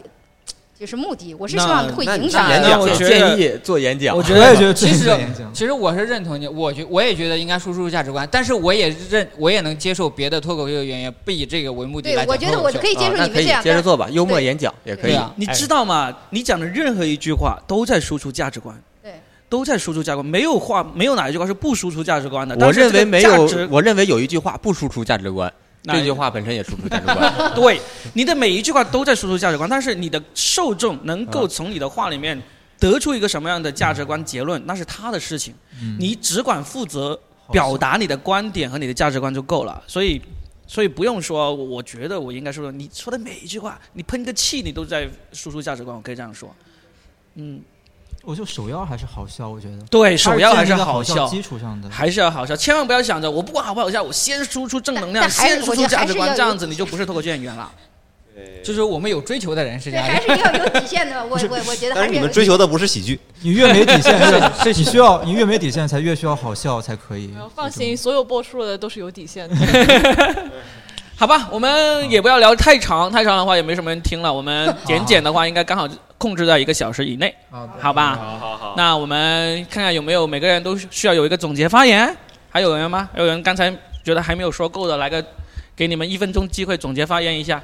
S11: 就是目的。我是希
S1: 那
S11: 望会
S5: 那
S11: 影
S5: 你
S11: 响
S5: 那演
S1: 那
S5: 讲
S1: 我
S5: 也
S1: 觉
S6: 建
S1: 得，
S6: 议做演讲
S1: 我。觉
S3: 我也
S1: 得
S3: 觉得这
S10: 其
S3: 是
S10: 实
S3: 演讲，
S10: 其实我是认同你，我觉我也觉得应该输出价值观，但是我也认我也能接受别的脱口秀演员不以这个为目的
S11: 对
S10: 来，
S11: 我
S10: 讲脱
S11: 觉得我
S10: 口秀
S11: 可。以接受
S6: 啊那
S11: 你们
S6: 可以
S11: 这样，
S6: 接着做吧，幽默
S11: 对
S6: 演讲也可
S11: 对
S6: 以。
S10: 啊，
S1: 你知道吗？你讲的任何一句话都在输出价值观，
S11: 对，
S1: 都在输出价值观，没有话，没有哪一句话是不输出价值观的。
S6: 我
S1: 但是
S6: 认为
S1: 这个
S6: 没
S1: 价
S6: 有
S1: 值，
S6: 我认为有一句话不输出价值观，
S1: 哪
S6: 这
S1: 一
S6: 句话本身也输出价值观。
S1: 对，你的每一句话都在输出价值观，但是你的受众能
S3: 嗯
S1: 够从你的话里面得出一个什么样的价值观结论，那是他的事情，
S3: 嗯
S1: 你只管负责表达你的观点和你的价值观就够了。所以，所以不用说，我我觉得我应该说，你说的每一句话，你喷个气，你都在输出价值观，我可以这样说。嗯，
S3: 我就首要还是好笑，我觉得
S1: 对，首要还是
S3: 它建立在
S1: 好
S3: 好
S1: 笑，
S3: 基础上的。
S1: 还是要好笑，千万不要想着我不管好不好笑，我先输出正能量，
S11: 但但还是
S1: 先输
S11: 我
S1: 出
S11: 觉得
S1: 价
S11: 还
S1: 值
S11: 是
S1: 观，
S11: 要
S1: 这样
S11: 有
S1: 子你就不是脱口秀演员了。
S10: 就是我们有追求的人是这
S11: 对，
S10: 样
S11: 还
S10: 的。
S11: 是要有底线的。我我我觉得
S5: 但是
S11: 还是
S5: 你
S11: 有
S5: 们追求的不是喜剧，
S3: 你越没底线，越你需要你越没底线，才越需要好笑才可以
S8: 然后。放心，所有播出的都是有底线的。
S1: 好吧，我们也不要聊太长，太长的话也没什么人听了。我们简简的话，应该刚好控制在一个小时以内，好吧？
S5: 啊
S6: 好好好，
S1: 那我们看看有没有每个人都需要有一个总结发言？还有人吗？还有人刚才觉得还没有说够的，来个，给你们一分钟机会总结发言一下。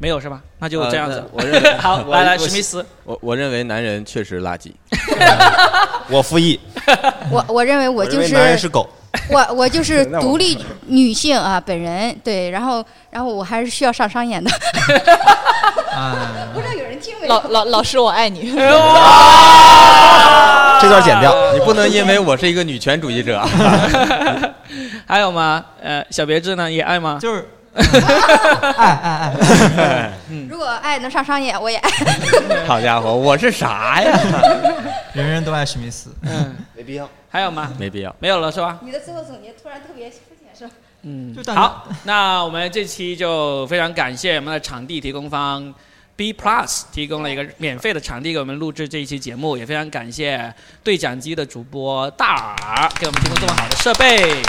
S1: 没有是吧？那就这样子
S6: 呃。我认为
S1: 好，
S6: 我
S1: 来来，
S6: 我
S1: 史密斯，
S6: 我我认为男人确实垃圾。
S5: 我复议，
S11: 我我认为我
S5: 我认
S11: 就
S5: 为
S11: 是
S5: 男人是狗。
S11: 我我就是
S5: 那我
S11: 独立女性啊，本人对，然后然后我还是需要上商演的，
S3: 啊，
S1: 嗯
S11: 不知道有人听没
S8: 老老老师，我爱 你。
S5: 这段剪掉。
S6: 你不能因为我是一个女权主义者，
S1: 还有吗？呃，小别致呢也爱吗？
S3: 就是，哎哎哎，
S11: 如果爱能上商演，我也爱。
S6: 好家伙，我是啥呀？
S3: 人人都爱史密斯。
S1: 嗯，
S5: 没必要。
S1: 还有吗？
S6: 没必要。
S1: 没有了是吧？
S11: 你的最后总结突然特别肤浅是吧？
S1: 嗯
S3: 就大，家
S1: 好，那我们这期就非常感谢我们的场地提供方 B Plus 提供了一个免费的场地给我们录制这一期节目，也非常感谢对讲机的主播大耳给我们提供这么好的设备。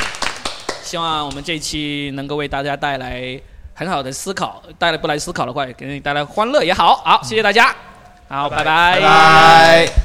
S1: 希望我们这期能够为大家带来很好的思考，带来不来思考的话，也给你带来欢乐也好。好，谢谢大家，好，拜拜
S5: 拜。